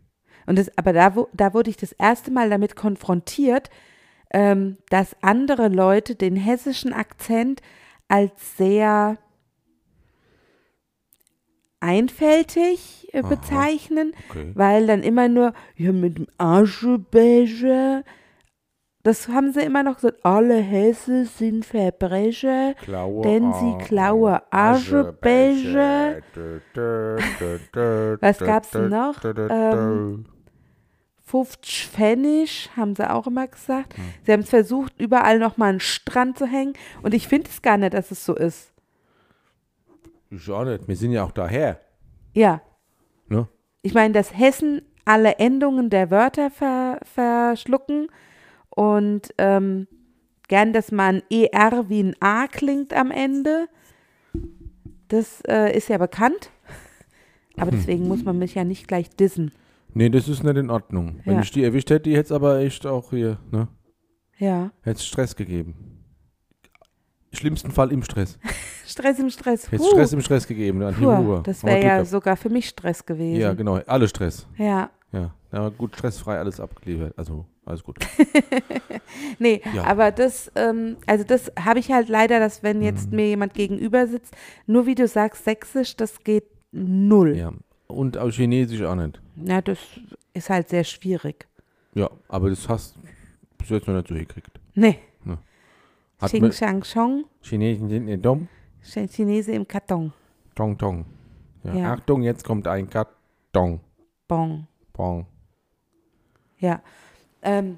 [SPEAKER 2] Und das, aber da, wo, da wurde ich das erste Mal damit konfrontiert, ähm, dass andere Leute den hessischen Akzent als sehr einfältig äh,
[SPEAKER 1] Aha.
[SPEAKER 2] bezeichnen,
[SPEAKER 1] Okay.
[SPEAKER 2] weil dann immer nur, ja, mit dem Aschebecher, das haben sie immer noch gesagt, alle Hessen sind Verbrecher.
[SPEAKER 1] Klaue,
[SPEAKER 2] Denn sie klaue Aschebecher. Was gab's denn noch? Ähm, 50 Pfennig, haben sie auch immer gesagt.
[SPEAKER 1] Hm.
[SPEAKER 2] Sie haben es versucht, überall nochmal einen Strand zu hängen. Und ich finde es gar nicht, dass es so ist.
[SPEAKER 1] Ich auch nicht. Wir sind ja auch daher.
[SPEAKER 2] Ja.
[SPEAKER 1] Ne?
[SPEAKER 2] Ich meine, dass Hessen alle Endungen der Wörter ver verschlucken und ähm, gern, dass man ER wie ein A klingt am Ende. Das äh, ist ja bekannt. Aber
[SPEAKER 1] Hm.
[SPEAKER 2] deswegen muss man mich ja nicht gleich dissen.
[SPEAKER 1] Nee, das ist nicht in Ordnung. Wenn
[SPEAKER 2] Ja.
[SPEAKER 1] ich die erwischt hätte, die hätte es aber echt auch hier, ne?
[SPEAKER 2] Ja.
[SPEAKER 1] Hätte es Stress gegeben. Schlimmsten Fall im Stress.
[SPEAKER 2] Stress im Stress.
[SPEAKER 1] Hätte
[SPEAKER 2] Huh.
[SPEAKER 1] es Stress im Stress gegeben. An
[SPEAKER 2] Puh,
[SPEAKER 1] Huhu.
[SPEAKER 2] das
[SPEAKER 1] Haben wir
[SPEAKER 2] wäre ja
[SPEAKER 1] Glück
[SPEAKER 2] sogar für mich Stress gewesen.
[SPEAKER 1] gehabt. Ja, genau. Alle Stress.
[SPEAKER 2] Ja.
[SPEAKER 1] Ja. ja, gut, stressfrei alles abgeliefert. Also, alles gut.
[SPEAKER 2] Nee,
[SPEAKER 1] Ja.
[SPEAKER 2] aber das, ähm, also das habe ich halt leider, dass wenn jetzt
[SPEAKER 1] Mhm.
[SPEAKER 2] mir jemand gegenüber sitzt, nur wie du sagst, sächsisch, das geht null.
[SPEAKER 1] ja. Und auch Chinesisch auch nicht.
[SPEAKER 2] Na, das ist halt sehr schwierig.
[SPEAKER 1] Ja, aber das hast du bis jetzt noch nicht so hingekriegt.
[SPEAKER 2] Nee.
[SPEAKER 1] Hat
[SPEAKER 2] Xing
[SPEAKER 1] man-
[SPEAKER 2] Shang Chong,
[SPEAKER 1] Chinesen sind in Dom.
[SPEAKER 2] Ch- Chinese im Karton.
[SPEAKER 1] Tong Tong. Ja.
[SPEAKER 2] Ja.
[SPEAKER 1] Achtung, jetzt kommt ein Karton.
[SPEAKER 2] Bon.
[SPEAKER 1] Pong.
[SPEAKER 2] Ja. Ähm,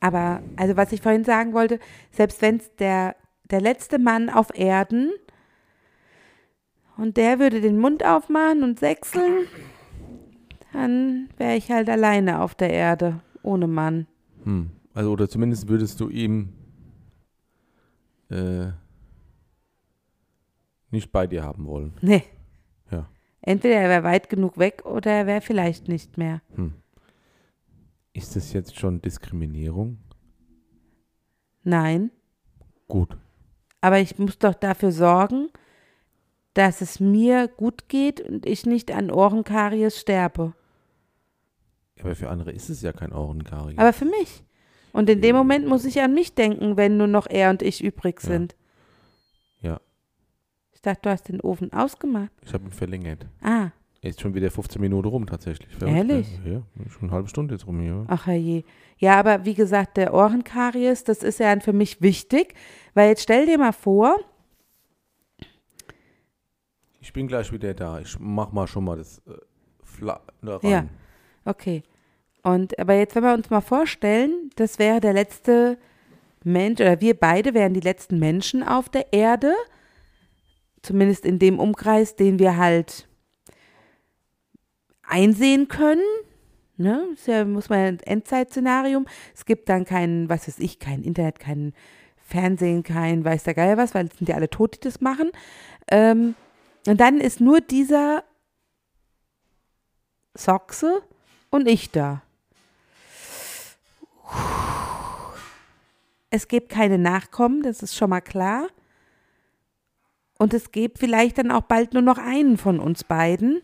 [SPEAKER 2] aber, also was ich vorhin sagen wollte, selbst wenn es der, der letzte Mann auf Erden und der würde den Mund aufmachen und sechseln, dann wäre ich halt alleine auf der Erde, ohne Mann.
[SPEAKER 1] Hm. Also, oder zumindest würdest du ihm äh, nicht bei dir haben wollen.
[SPEAKER 2] Nee.
[SPEAKER 1] Ja.
[SPEAKER 2] Entweder er wäre weit genug weg oder er wäre vielleicht nicht mehr.
[SPEAKER 1] Hm. Ist das jetzt schon Diskriminierung?
[SPEAKER 2] Nein.
[SPEAKER 1] Gut.
[SPEAKER 2] Aber ich muss doch dafür sorgen, dass es mir gut geht und ich nicht an Ohrenkaries sterbe.
[SPEAKER 1] Aber für andere ist es ja kein Ohrenkaries.
[SPEAKER 2] Aber für mich. Und in dem Moment muss ich an mich denken, wenn nur noch er und ich übrig
[SPEAKER 1] Ja.
[SPEAKER 2] sind.
[SPEAKER 1] Ja.
[SPEAKER 2] Ich dachte, du hast den Ofen ausgemacht.
[SPEAKER 1] Ich habe ihn verlängert.
[SPEAKER 2] Ah,
[SPEAKER 1] Er Ist schon wieder 15 Minuten rum tatsächlich.
[SPEAKER 2] Ehrlich? Ah.
[SPEAKER 1] Ja, ja, schon eine halbe Stunde jetzt rum hier.
[SPEAKER 2] ach je. Ja, aber wie gesagt, der Ohrenkaries, das ist ja für mich wichtig, weil jetzt stell dir mal vor,
[SPEAKER 1] Ich bin gleich wieder da. Ich mach mal schon mal das äh, Fla da rein.
[SPEAKER 2] Ja. okay. Und aber jetzt, wenn wir uns mal vorstellen, das wäre der letzte Mensch oder wir beide wären die letzten Menschen auf der Erde, zumindest in dem Umkreis, den wir halt einsehen können. Ne? Ist ja, muss man ja ein Endzeitszenarium. Es gibt dann kein, was weiß ich, kein Internet, kein Fernsehen, kein weiß der Geier was, weil es sind ja alle tot, die das machen. Ähm, und dann ist nur dieser Soxe und ich da. Es gibt keine Nachkommen, das ist schon mal klar. Und es gibt vielleicht dann auch bald nur noch einen von uns beiden.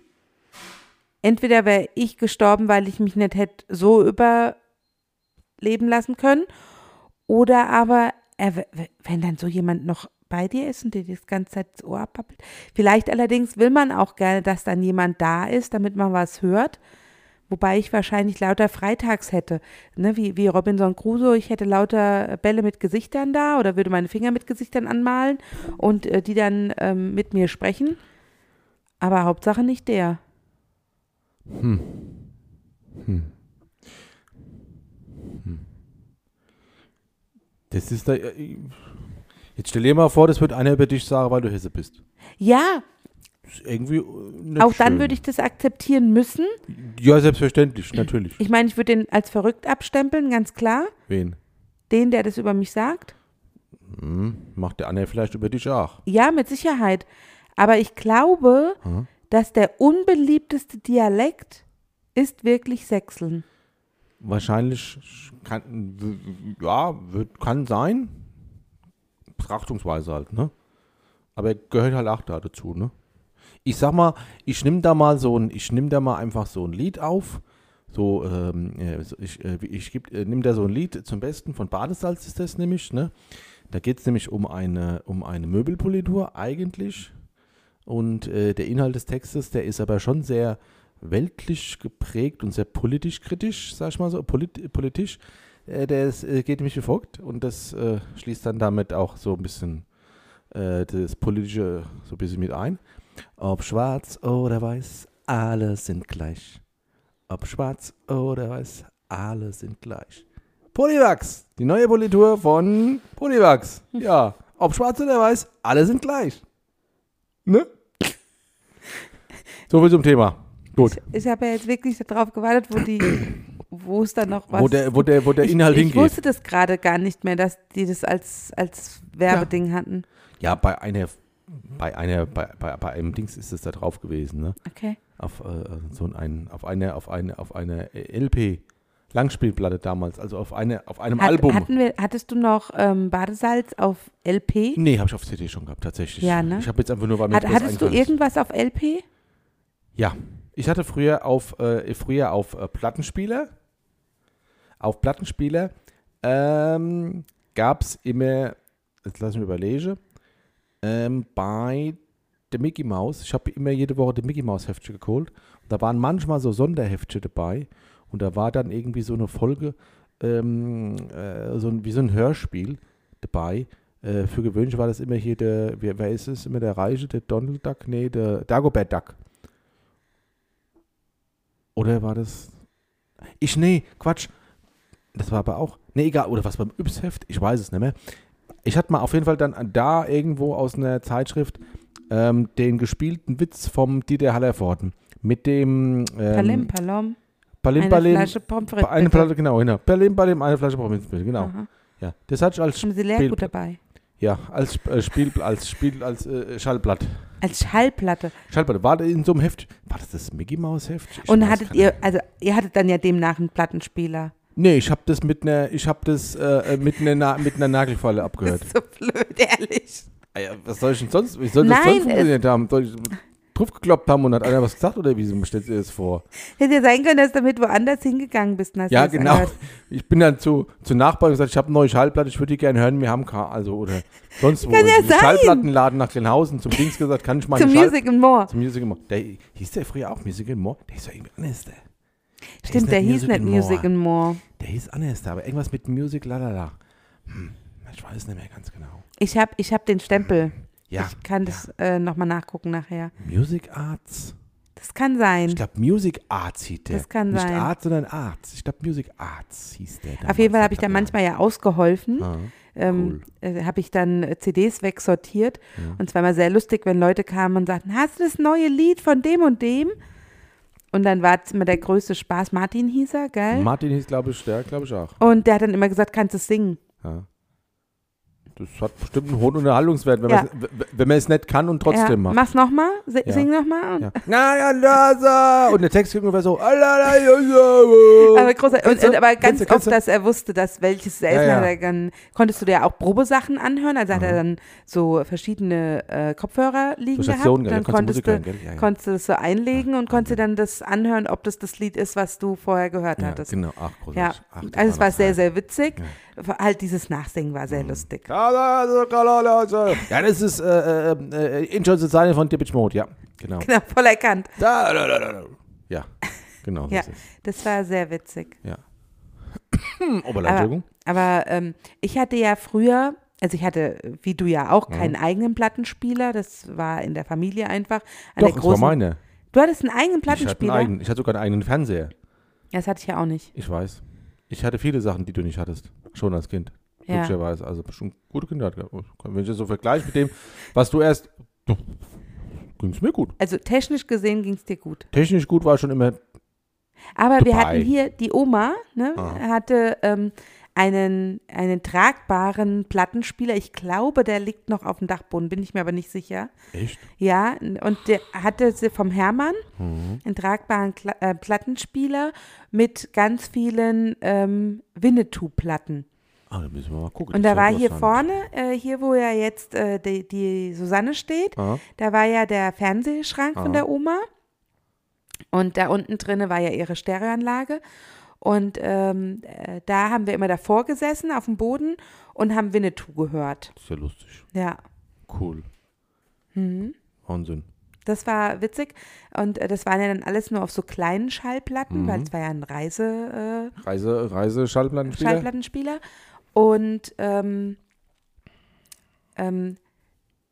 [SPEAKER 2] Entweder wäre ich gestorben, weil ich mich nicht hätte so überleben äh, lassen können, oder aber er, w- w- wenn dann so jemand noch bei dir ist und dir das ganze Zeit ins Ohr abpappelt. Vielleicht allerdings will man auch gerne, dass dann jemand da ist, damit man was hört. Wobei ich wahrscheinlich lauter Freitags hätte, ne, wie, wie Robinson Crusoe, ich hätte lauter Bälle mit Gesichtern da oder würde meine Finger mit Gesichtern anmalen und äh, die dann ähm, mit mir sprechen. Aber Hauptsache nicht der.
[SPEAKER 1] Das ist da. äh, Jetzt stell dir mal vor, das wird einer über dich sagen, weil du Hesse bist.
[SPEAKER 2] Ja,
[SPEAKER 1] Ist irgendwie. äh, nicht
[SPEAKER 2] auch dann
[SPEAKER 1] schön.
[SPEAKER 2] würde ich das akzeptieren müssen.
[SPEAKER 1] Ja, selbstverständlich, natürlich.
[SPEAKER 2] Ich meine, ich würde den als verrückt abstempeln, ganz klar.
[SPEAKER 1] Wen?
[SPEAKER 2] Den, der das über mich sagt.
[SPEAKER 1] Hm, Macht der andere vielleicht über dich auch.
[SPEAKER 2] Ja, mit Sicherheit. Aber ich glaube,
[SPEAKER 1] Hm?
[SPEAKER 2] dass der unbeliebteste Dialekt ist wirklich Sächseln.
[SPEAKER 1] Wahrscheinlich kann. w- Ja, wird, kann sein. Betrachtungsweise halt, ne? Aber gehört halt auch da dazu, ne? Ich sag mal, ich nehme da mal so ein, ich nehme da mal einfach so ein Lied auf. So, ähm, äh, so ich, äh, ich geb, äh, nimm da so ein Lied zum Besten von Badesalz ist das nämlich, ne? Da geht es nämlich um eine, um eine Möbelpolitur eigentlich. Und äh, der Inhalt des Textes, der ist aber schon sehr weltlich geprägt und sehr politisch kritisch, sag ich mal so, polit, politisch. Äh, der ist, äh, geht nämlich wie folgt und das äh, schließt dann damit auch so ein bisschen äh, das Politische so ein bisschen mit ein. Ob schwarz oder weiß, alle sind gleich. Ob schwarz oder weiß, alle sind gleich. Polivax, die neue Politur von Polivax. Ja, ob schwarz oder weiß, alle sind gleich. Ne? So viel zum Thema. Gut.
[SPEAKER 2] Ich habe ja jetzt wirklich darauf gewartet, wo die, wo es dann noch was.
[SPEAKER 1] Wo der, wo der, wo der Inhalt
[SPEAKER 2] ich, ich
[SPEAKER 1] hingeht.
[SPEAKER 2] wusste das gerade gar nicht mehr, dass die das als, als Werbeding hatten.
[SPEAKER 1] Ja, bei einer, bei einer, bei, bei, bei einem Dings ist es da drauf gewesen, ne?
[SPEAKER 2] Okay.
[SPEAKER 1] Auf äh, so ein, auf eine, auf eine, auf eine LP. Langspielplatte damals, also auf eine, auf einem
[SPEAKER 2] Hat,
[SPEAKER 1] Album.
[SPEAKER 2] Hatten wir, hattest du noch ähm, Badesalz auf LP?
[SPEAKER 1] nee, habe ich auf CD schon gehabt, tatsächlich.
[SPEAKER 2] Ja, ne?
[SPEAKER 1] Ich habe jetzt einfach nur, weil mir
[SPEAKER 2] Hat,
[SPEAKER 1] das
[SPEAKER 2] hattest du
[SPEAKER 1] eingefallen Ähm, ist.
[SPEAKER 2] irgendwas auf LP?
[SPEAKER 1] Ja, ich hatte früher auf, äh, früher auf äh, Plattenspieler, auf Plattenspieler ähm, gab es immer, jetzt lass mich überlegen, ähm, bei der Mickey Mouse, ich habe immer jede Woche die Mickey Mouse Heftchen geholt und da waren manchmal so Sonderheftchen dabei und da war dann irgendwie so eine Folge, ähm, äh, so ein, wie so ein Hörspiel dabei. Äh, für gewöhnlich war das immer hier der, wer, wer ist es, immer der Reiche, der Donald Duck, nee, der Dagobert Duck. Oder war das. Ich, nee, Quatsch. Das war aber auch. Nee, egal. Oder was beim Yps-Heft? Ich weiß es nicht mehr. Ich hatte mal auf jeden Fall dann da irgendwo aus einer Zeitschrift ähm, den gespielten Witz vom Dieter Hallervorden. Mit dem.
[SPEAKER 2] Palem,
[SPEAKER 1] Ähm,
[SPEAKER 2] Palom.
[SPEAKER 1] Palim,
[SPEAKER 2] Eine
[SPEAKER 1] Palim.
[SPEAKER 2] Flasche Pommes frites.
[SPEAKER 1] Eine
[SPEAKER 2] bitte.
[SPEAKER 1] Platte, genau, genau. Palim, Palim, eine Flasche Pommes frites, genau.
[SPEAKER 2] Aha.
[SPEAKER 1] Ja, das hatte ich als
[SPEAKER 2] Haben Sie
[SPEAKER 1] Spiel-
[SPEAKER 2] Lehrgut dabei?
[SPEAKER 1] Ja, als äh, Spiel, als Spiel, als äh, Schallblatt.
[SPEAKER 2] Als Schallplatte.
[SPEAKER 1] Schallblatt. War das in so einem Heft? War das das Mickey Mouse Heft? Ich
[SPEAKER 2] Und
[SPEAKER 1] weiß
[SPEAKER 2] hattet
[SPEAKER 1] gar
[SPEAKER 2] ihr, also ihr hattet dann ja demnach einen Plattenspieler.
[SPEAKER 1] Nee, ich habe das mit einer, ich habe das äh, mit einer Na mit einer Nagelfalle abgehört.
[SPEAKER 2] So blöd, ehrlich.
[SPEAKER 1] Ah ja, was soll ich denn sonst? Wie soll das
[SPEAKER 2] Nein,
[SPEAKER 1] sonst funktioniert haben? Soll ich draufgekloppt haben und hat einer was gesagt oder wie stellst du dir das vor?
[SPEAKER 2] Hätte ja sein können, dass du damit woanders hingegangen bist. und hast
[SPEAKER 1] Ja,
[SPEAKER 2] dir das
[SPEAKER 1] genau.
[SPEAKER 2] angehört.
[SPEAKER 1] Ich bin dann zu, zu Nachbarn und gesagt, ich habe eine neue Schallplatte, ich würde die gerne hören, wir haben keine, also oder sonst wo.
[SPEAKER 2] Kann ja
[SPEAKER 1] Im
[SPEAKER 2] sein.
[SPEAKER 1] Schallplattenladen nach Glenhausen zum Dings gesagt, kann ich mal
[SPEAKER 2] Zum
[SPEAKER 1] eine Schall-
[SPEAKER 2] Music and More.
[SPEAKER 1] Zum Music and More. Der hieß der früher auch Music and More? Der ist doch irgendwie anders, der. Der
[SPEAKER 2] Stimmt, der hieß nicht Music and More.
[SPEAKER 1] Der hieß anders, aber irgendwas mit Music, lalala. Hm, ich weiß nicht mehr ganz genau.
[SPEAKER 2] Ich habe ich hab den Stempel.
[SPEAKER 1] Ja.
[SPEAKER 2] Ich kann das äh, nochmal nachgucken nachher.
[SPEAKER 1] Music Arts?
[SPEAKER 2] Das kann sein.
[SPEAKER 1] Ich glaube, Music Arts hieß der.
[SPEAKER 2] Das kann
[SPEAKER 1] Nicht
[SPEAKER 2] sein.
[SPEAKER 1] Arts, sondern Arts. Ich glaube, Music Arts hieß der.
[SPEAKER 2] Auf jeden Fall habe ich da manchmal ja ausgeholfen.
[SPEAKER 1] manchmal.
[SPEAKER 2] ähm, äh, habe ich dann äh, CDs wegsortiert. Und es war immer sehr lustig, wenn Leute kamen und sagten, hast du das neue Lied von dem und dem? Und dann war es immer der größte Spaß. Martin hieß er, gell?
[SPEAKER 1] Martin hieß, glaube ich, der, glaube ich auch.
[SPEAKER 2] und der hat dann immer gesagt, kannst du es singen?
[SPEAKER 1] Ja. Das hat bestimmt einen hohen Unterhaltungswert, wenn,
[SPEAKER 2] Ja.
[SPEAKER 1] man's- w- w- wenn man es nicht kann und trotzdem
[SPEAKER 2] ja,
[SPEAKER 1] macht.
[SPEAKER 2] Mach's nochmal, si
[SPEAKER 1] Ja.
[SPEAKER 2] sing nochmal.
[SPEAKER 1] Ja. Na, ja, la, sa. Und der Text ging ungefähr so. "Ah, Aber
[SPEAKER 2] Aber, großer, und,
[SPEAKER 1] Oh. Kennst du?
[SPEAKER 2] und, aber ganz
[SPEAKER 1] Kennst du, kennst
[SPEAKER 2] oft,
[SPEAKER 1] du?
[SPEAKER 2] dass er wusste, dass welches er ist.
[SPEAKER 1] Ja,
[SPEAKER 2] Und
[SPEAKER 1] ja. Mhm.
[SPEAKER 2] hat er Dann konntest du dir auch Probesachen anhören. Also hat er dann so verschiedene äh, Kopfhörer liegen
[SPEAKER 1] Stationen,
[SPEAKER 2] gehabt.
[SPEAKER 1] gell?
[SPEAKER 2] Dann
[SPEAKER 1] Da konntest du
[SPEAKER 2] konntest du,
[SPEAKER 1] Musik hören, gell? Ja, ja.
[SPEAKER 2] konntest du das so einlegen und konntest dir dann das anhören, ob das das Lied ist, was du vorher gehört
[SPEAKER 1] ja,
[SPEAKER 2] hattest.
[SPEAKER 1] genau, ach, großartig.
[SPEAKER 2] Ja,
[SPEAKER 1] Ach, das
[SPEAKER 2] also es war
[SPEAKER 1] das
[SPEAKER 2] sehr, sehr witzig. Halt dieses Nachsingen war sehr lustig.
[SPEAKER 1] Mhm. Ja, Ja, das ist äh, äh, äh, Enjoy Society von Dippich Mode, ja. Genau.
[SPEAKER 2] Genau, voll erkannt.
[SPEAKER 1] Da, da, da, da. Ja, genau. so
[SPEAKER 2] Ja,
[SPEAKER 1] ist es.
[SPEAKER 2] das war sehr witzig.
[SPEAKER 1] ja. Oh, Oberlandjugend.
[SPEAKER 2] Aber, aber ähm, ich hatte ja früher, also ich hatte, wie du ja auch, keinen
[SPEAKER 1] Mhm.
[SPEAKER 2] eigenen Plattenspieler. Das war in der Familie einfach. An
[SPEAKER 1] Doch,
[SPEAKER 2] der
[SPEAKER 1] das war
[SPEAKER 2] großen,
[SPEAKER 1] meine.
[SPEAKER 2] Du hattest einen eigenen
[SPEAKER 1] Ich hatte, einen
[SPEAKER 2] Plattenspieler?
[SPEAKER 1] eigenen, ich hatte sogar einen eigenen Fernseher.
[SPEAKER 2] Das hatte ich ja auch nicht.
[SPEAKER 1] Ich weiß. Ich hatte viele Sachen, die du nicht hattest. Schon als Kind.
[SPEAKER 2] Ja.
[SPEAKER 1] Glücklicherweise. Also schon gute Kinder. gehabt. Wenn ich das so vergleiche mit dem, was du erst. Ging es mir gut.
[SPEAKER 2] Also technisch gesehen ging es dir gut.
[SPEAKER 1] Technisch gut war schon immer.
[SPEAKER 2] Aber wir
[SPEAKER 1] Dabei.
[SPEAKER 2] hatten hier die Oma, ne,
[SPEAKER 1] Ah.
[SPEAKER 2] hatte ähm, einen, einen tragbaren Plattenspieler. Ich glaube, der liegt noch auf dem Dachboden, bin ich mir aber nicht sicher.
[SPEAKER 1] Echt?
[SPEAKER 2] Ja, und der hatte sie vom Hermann einen tragbaren Kla äh, Plattenspieler mit ganz vielen ähm, Winnetou-Platten.
[SPEAKER 1] Ah, da müssen wir mal gucken.
[SPEAKER 2] Und da
[SPEAKER 1] Das ist
[SPEAKER 2] war
[SPEAKER 1] ja
[SPEAKER 2] hier
[SPEAKER 1] interessant.
[SPEAKER 2] vorne, äh, hier wo ja jetzt äh, die, die Susanne steht,
[SPEAKER 1] Ah,
[SPEAKER 2] da war ja der Fernsehschrank
[SPEAKER 1] Ah.
[SPEAKER 2] von der Oma. Und da unten drinne war ja ihre Stereoanlage. Und ähm, äh, da haben wir immer davor gesessen auf dem Boden und haben Winnetou gehört.
[SPEAKER 1] das ist ja lustig.
[SPEAKER 2] Ja,
[SPEAKER 1] Cool.
[SPEAKER 2] Mhm.
[SPEAKER 1] Wahnsinn.
[SPEAKER 2] das war witzig. Und äh, das waren ja dann alles nur auf so kleinen Schallplatten, weil es war ja ein Reise, äh,
[SPEAKER 1] Reise, Reise, Schallplattenspieler.
[SPEAKER 2] Schallplattenspieler. Und ähm, ähm,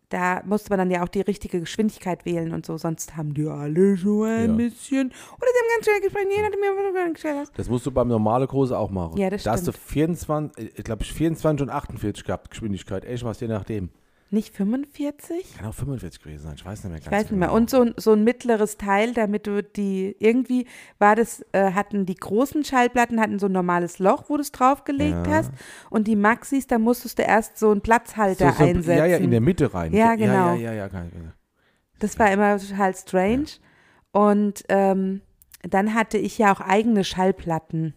[SPEAKER 2] da musste man dann ja auch die richtige Geschwindigkeit wählen und so, sonst haben die alle so ein
[SPEAKER 1] Ja.
[SPEAKER 2] bisschen. Oder sie haben ganz schnell gesprochen, jeder hat mir ganz schnell was.
[SPEAKER 1] Das musst du beim normalen Kurse auch machen.
[SPEAKER 2] Ja, das
[SPEAKER 1] da hast du 24, ich glaube, 24 und 48 gehabt, Geschwindigkeit. Echt was, je nachdem.
[SPEAKER 2] Nicht 45?
[SPEAKER 1] Kann auch 45 gewesen sein. Ich weiß nicht mehr ganz
[SPEAKER 2] Ich weiß nicht
[SPEAKER 1] genau.
[SPEAKER 2] mehr. Und so, ein- so ein mittleres Teil, damit du die, irgendwie war das, äh, hatten die großen Schallplatten, hatten so ein normales Loch, wo du es draufgelegt
[SPEAKER 1] Ja.
[SPEAKER 2] hast. Und die Maxis, da musstest du erst so einen
[SPEAKER 1] So-
[SPEAKER 2] Platzhalter
[SPEAKER 1] so-
[SPEAKER 2] einsetzen.
[SPEAKER 1] Ja, ja, in der Mitte rein.
[SPEAKER 2] Ja,
[SPEAKER 1] Ja,
[SPEAKER 2] genau.
[SPEAKER 1] ja, ja. Kann, ja.
[SPEAKER 2] Das war immer total strange. Und ähm, dann hatte ich ja auch eigene Schallplatten.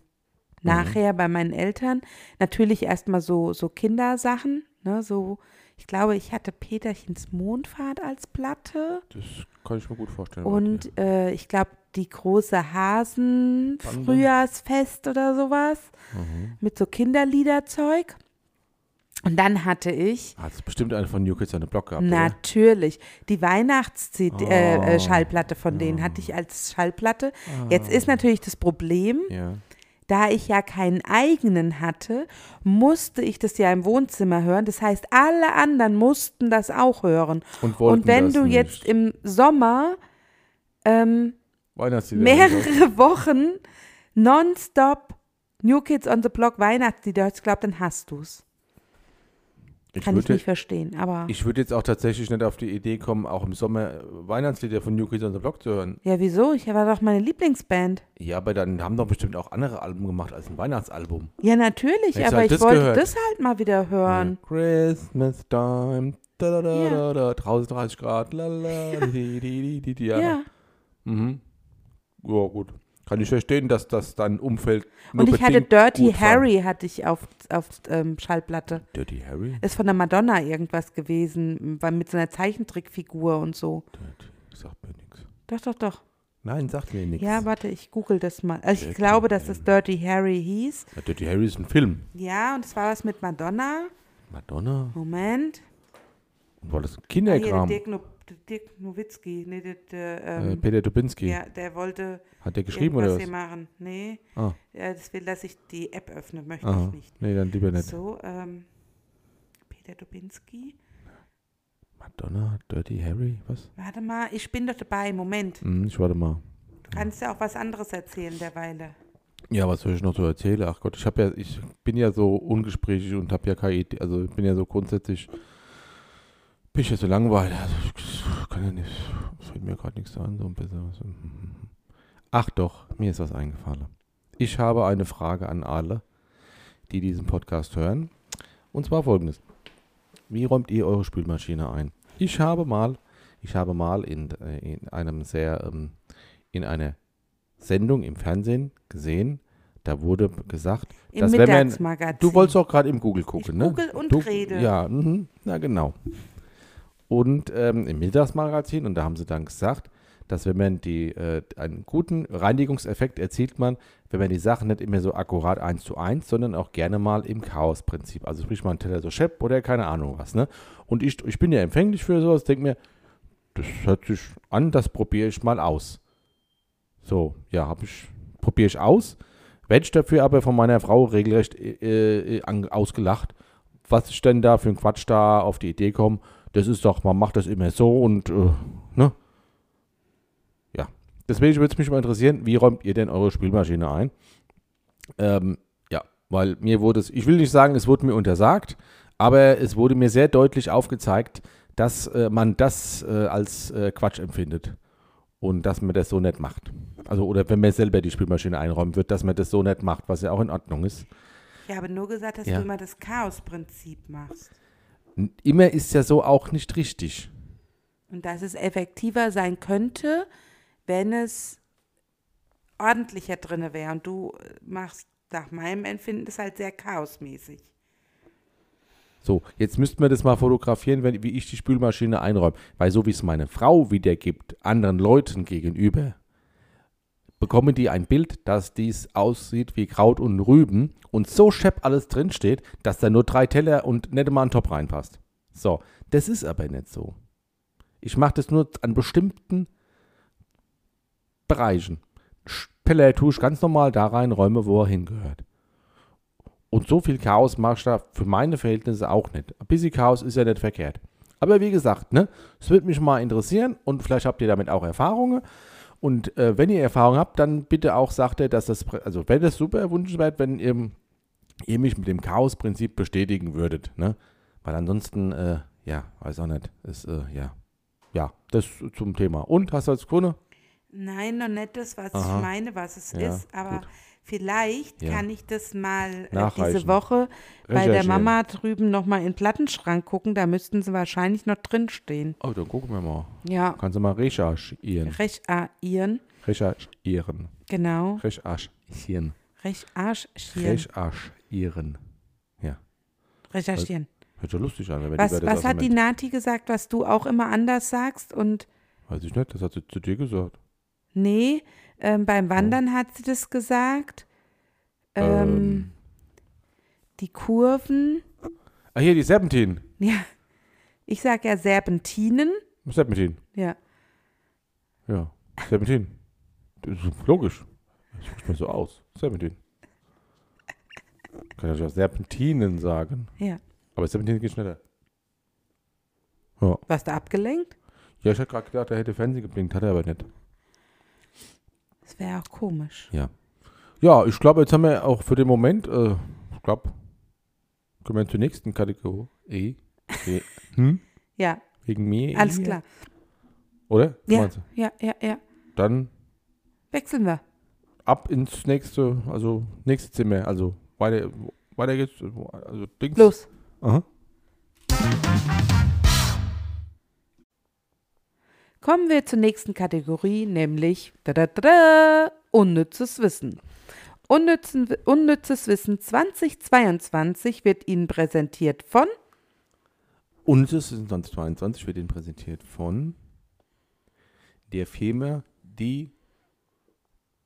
[SPEAKER 2] Nachher bei meinen Eltern. Natürlich erstmal so, so Kindersachen. Ne? So, ich glaube, ich hatte Peterchens Mondfahrt als Platte.
[SPEAKER 1] Das kann ich mir gut vorstellen.
[SPEAKER 2] Und äh, ich glaube, die große Hasen,
[SPEAKER 1] Bande.
[SPEAKER 2] Frühjahrsfest oder sowas. Mit so Kinderliederzeug. Und dann hatte ich
[SPEAKER 1] Hat es Ah, bestimmt einer von New Kids on the Block gehabt. oder?
[SPEAKER 2] Natürlich. Die Weihnachts-Schallplatte äh,
[SPEAKER 1] Oh. Ah.
[SPEAKER 2] Schallplatte von denen hatte ich als Schallplatte. Jetzt ist natürlich das Problem,
[SPEAKER 1] Ja.
[SPEAKER 2] da ich ja keinen eigenen hatte, musste ich das ja im Wohnzimmer hören. Das heißt, alle anderen mussten das auch hören.
[SPEAKER 1] Und wollten
[SPEAKER 2] Und wenn
[SPEAKER 1] das
[SPEAKER 2] du
[SPEAKER 1] nicht.
[SPEAKER 2] jetzt im Sommer ähm,
[SPEAKER 1] Weihnachtslieder. und
[SPEAKER 2] mehrere Wochen nonstop New Kids on the Block Weihnachtslieder hörst, glaub, dann hast du es.
[SPEAKER 1] so. Ich
[SPEAKER 2] Kann ich
[SPEAKER 1] würde,
[SPEAKER 2] nicht verstehen, aber
[SPEAKER 1] ich würde jetzt auch tatsächlich nicht auf die Idee kommen, auch im Sommer Weihnachtslieder von New Kids on the Block zu hören.
[SPEAKER 2] ja, wieso? Ich war doch meine Lieblingsband.
[SPEAKER 1] Ja, aber dann haben doch bestimmt auch andere Alben gemacht als ein Weihnachtsalbum.
[SPEAKER 2] Ja, natürlich,
[SPEAKER 1] Hättest du
[SPEAKER 2] aber
[SPEAKER 1] halt
[SPEAKER 2] ich
[SPEAKER 1] das
[SPEAKER 2] wollte
[SPEAKER 1] gehört.
[SPEAKER 2] das halt mal wieder hören.
[SPEAKER 1] Christmas time. Da, da, da, da, da, draußen 30 Grad. La, la, di, di, di, di, di,
[SPEAKER 2] Ja.
[SPEAKER 1] Mhm. Ja, gut. Kann ich verstehen, dass das dein Umfeld nur
[SPEAKER 2] Und ich hatte
[SPEAKER 1] bedingt
[SPEAKER 2] Dirty
[SPEAKER 1] gut fand.
[SPEAKER 2] Harry, hatte ich auf, auf ähm, Schallplatte.
[SPEAKER 1] Dirty Harry?
[SPEAKER 2] Ist von der Madonna irgendwas gewesen, war mit so einer Zeichentrickfigur und so.
[SPEAKER 1] Dirty. Sagt mir nichts.
[SPEAKER 2] Doch, doch, doch.
[SPEAKER 1] Nein, sagt mir nichts.
[SPEAKER 2] Ja, warte, ich google das mal. Also ich
[SPEAKER 1] Dirty
[SPEAKER 2] glaube, dass es Dirty Harry hieß.
[SPEAKER 1] Ja, Dirty Harry ist ein Film.
[SPEAKER 2] Ja, und es war was mit Madonna.
[SPEAKER 1] Madonna?
[SPEAKER 2] Moment.
[SPEAKER 1] Und war das ein
[SPEAKER 2] Ah, hier, der
[SPEAKER 1] Kinderkram?
[SPEAKER 2] Dirk, no der Dirk Nowitzki. Nee, der, der,
[SPEAKER 1] äh,
[SPEAKER 2] ähm,
[SPEAKER 1] Peter Dubinski.
[SPEAKER 2] ja, der wollte
[SPEAKER 1] Hat der geschrieben
[SPEAKER 2] irgendwas
[SPEAKER 1] oder
[SPEAKER 2] hier
[SPEAKER 1] was?
[SPEAKER 2] machen. Nee,
[SPEAKER 1] Ah,
[SPEAKER 2] ja, das will, dass ich die App öffne, möchte
[SPEAKER 1] aha.
[SPEAKER 2] ich nicht.
[SPEAKER 1] Nee, dann lieber nicht.
[SPEAKER 2] So, ähm, Peter Dubinski.
[SPEAKER 1] Madonna, Dirty Harry, was?
[SPEAKER 2] Warte mal, ich bin doch dabei. Moment.
[SPEAKER 1] Hm, ich warte mal.
[SPEAKER 2] Du kannst ja auch was anderes erzählen derweile.
[SPEAKER 1] Ja, was soll ich noch so erzählen? Ach Gott, ich habe ja, ich bin ja so ungesprächig und habe ja keine Idee, also ich bin ja so grundsätzlich, bin ich ja so langweilig, also ich kann ja nicht, es fällt mir gerade nichts so an, so ein bisschen was. Ach doch, mir ist was eingefallen. Ich habe eine Frage an alle, die diesen Podcast hören, und zwar folgendes. Wie räumt ihr eure Spülmaschine ein? Ich habe mal, ich habe mal in, äh, in einem sehr, ähm, in einer Sendung im Fernsehen gesehen, da wurde gesagt,
[SPEAKER 2] Im
[SPEAKER 1] dass wenn man,
[SPEAKER 2] Mittagsmagazin.
[SPEAKER 1] Du wolltest auch gerade im Google gucken,
[SPEAKER 2] Ich
[SPEAKER 1] ne?
[SPEAKER 2] google und
[SPEAKER 1] du,
[SPEAKER 2] rede.
[SPEAKER 1] Ja, mhm, na genau. Und ähm, im Mittagsmagazin, und da haben sie dann gesagt, dass wenn man die, äh, einen guten Reinigungseffekt erzielt man, wenn man die Sachen nicht immer so akkurat eins zu eins, sondern auch gerne mal im Chaosprinzip. Also sprich mal einen Teller so schepp oder keine Ahnung was. Ne? Und ich, ich bin ja empfänglich für sowas, denke mir, das hört sich an, das probiere ich mal aus. So, ja, habe ich, probiere ich aus. Werde ich dafür aber von meiner Frau regelrecht äh, äh, an, ausgelacht, was ich denn da für ein Quatsch da auf die Idee komme. Das ist doch, man macht das immer so und, äh, ne? Ja. Deswegen würde es mich mal interessieren, wie räumt ihr denn eure Spielmaschine ein? Ähm, ja, weil mir wurde es, ich will nicht sagen, es wurde mir untersagt, aber es wurde mir sehr deutlich aufgezeigt, dass äh, man das äh, als äh, Quatsch empfindet und dass man das so nicht macht. Also, oder wenn man selber die Spielmaschine einräumen wird, dass man das so nicht macht, was ja auch in Ordnung ist.
[SPEAKER 2] Ich habe nur gesagt, dass
[SPEAKER 1] Ja.
[SPEAKER 2] du immer das Chaosprinzip machst.
[SPEAKER 1] N- Immer ist ja so auch nicht richtig.
[SPEAKER 2] Und dass es effektiver sein könnte, wenn es ordentlicher drinne wäre. Und du äh, machst nach meinem Empfinden das halt sehr chaosmäßig.
[SPEAKER 1] So, jetzt müssten wir das mal fotografieren, wenn, wie ich die Spülmaschine einräume. Weil so wie es meine Frau wiedergibt, anderen Leuten gegenüber, bekommen die ein Bild, dass dies aussieht wie Kraut und Rüben und so schepp alles drinsteht, dass da nur drei Teller und nicht mal ein Top reinpasst. So, das ist aber nicht so. Ich mache das nur an bestimmten Bereichen. Sch- Teller tue ich ganz normal da rein, räume, wo er hingehört. Und so viel Chaos machst du da für meine Verhältnisse auch nicht. Ein bisschen Chaos ist ja nicht verkehrt. Aber wie gesagt, ne, es würde mich mal interessieren und vielleicht habt ihr damit auch Erfahrungen. Und äh, wenn ihr Erfahrungen habt, dann bitte auch sagt ihr, dass das, prä- also wäre das super wünschenswert, wenn ihr, ihr mich mit dem Chaos-Prinzip bestätigen würdet, ne? Weil ansonsten, äh, ja, weiß auch nicht, ist, äh, ja. Ja, das zum Thema. Und hast du als Kunde?
[SPEAKER 2] Nein, noch nicht das, was
[SPEAKER 1] Aha.
[SPEAKER 2] ich meine, was es
[SPEAKER 1] Ja,
[SPEAKER 2] ist, aber
[SPEAKER 1] gut.
[SPEAKER 2] vielleicht
[SPEAKER 1] Ja.
[SPEAKER 2] kann ich das mal äh,
[SPEAKER 1] Nachreichen.
[SPEAKER 2] diese Woche bei der
[SPEAKER 1] Recherchieren.
[SPEAKER 2] Mama drüben nochmal in den Plattenschrank gucken, da müssten sie wahrscheinlich noch drinstehen.
[SPEAKER 1] Oh, dann gucken wir mal.
[SPEAKER 2] Ja,
[SPEAKER 1] Kannst du mal recherchieren.
[SPEAKER 2] rechaieren,
[SPEAKER 1] Recherchieren.
[SPEAKER 2] genau,
[SPEAKER 1] Recherchieren.
[SPEAKER 2] recharchieren,
[SPEAKER 1] Recherchieren.
[SPEAKER 2] recherchieren.
[SPEAKER 1] Hört ja lustig an, wenn die
[SPEAKER 2] Was,
[SPEAKER 1] Wörter
[SPEAKER 2] was
[SPEAKER 1] so
[SPEAKER 2] hat die
[SPEAKER 1] auseinandernehmen.
[SPEAKER 2] Nati gesagt, was du auch immer anders sagst und
[SPEAKER 1] Weiß ich nicht, das hat sie zu dir gesagt.
[SPEAKER 2] nee, ähm,
[SPEAKER 1] Oh.
[SPEAKER 2] beim Wandern hat sie das gesagt, ähm, die Kurven,
[SPEAKER 1] Ah, hier, die Serpentin.
[SPEAKER 2] ja, ich sag ja Serpentinen,
[SPEAKER 1] Serpentin.
[SPEAKER 2] ja.
[SPEAKER 1] Ja, Serpentin. Das ist logisch. Das spricht mir so aus. Serpentin. Kann ja auch Serpentinen sagen.
[SPEAKER 2] Ja.
[SPEAKER 1] Aber Serpentin geht schneller. Ja,
[SPEAKER 2] Warst du abgelenkt?
[SPEAKER 1] ja ich hatte gerade gedacht, er hätte Fernsehen geblinkt, hat er aber nicht.
[SPEAKER 2] Das wäre auch komisch.
[SPEAKER 1] Ja. Ja, ich glaube, jetzt haben wir auch für den Moment, äh, ich glaube, können wir zur nächsten Kategorie. E. Hm?
[SPEAKER 2] Ja,
[SPEAKER 1] Wegen mir? eh
[SPEAKER 2] alles klar.
[SPEAKER 1] Oder? Was
[SPEAKER 2] Ja,
[SPEAKER 1] meinst du?
[SPEAKER 2] ja, ja, ja.
[SPEAKER 1] Dann
[SPEAKER 2] Wechseln wir.
[SPEAKER 1] ab ins nächste, also nächste Zimmer. Also weiter, weiter geht's. Also Dings.
[SPEAKER 2] Los.
[SPEAKER 1] Aha.
[SPEAKER 2] Kommen wir zur nächsten Kategorie, nämlich da, da, da, da, unnützes Wissen. Unnützen, unnützes Wissen 2022 wird Ihnen präsentiert von
[SPEAKER 1] Und es ist 2022, wird Ihnen präsentiert von der Firma, die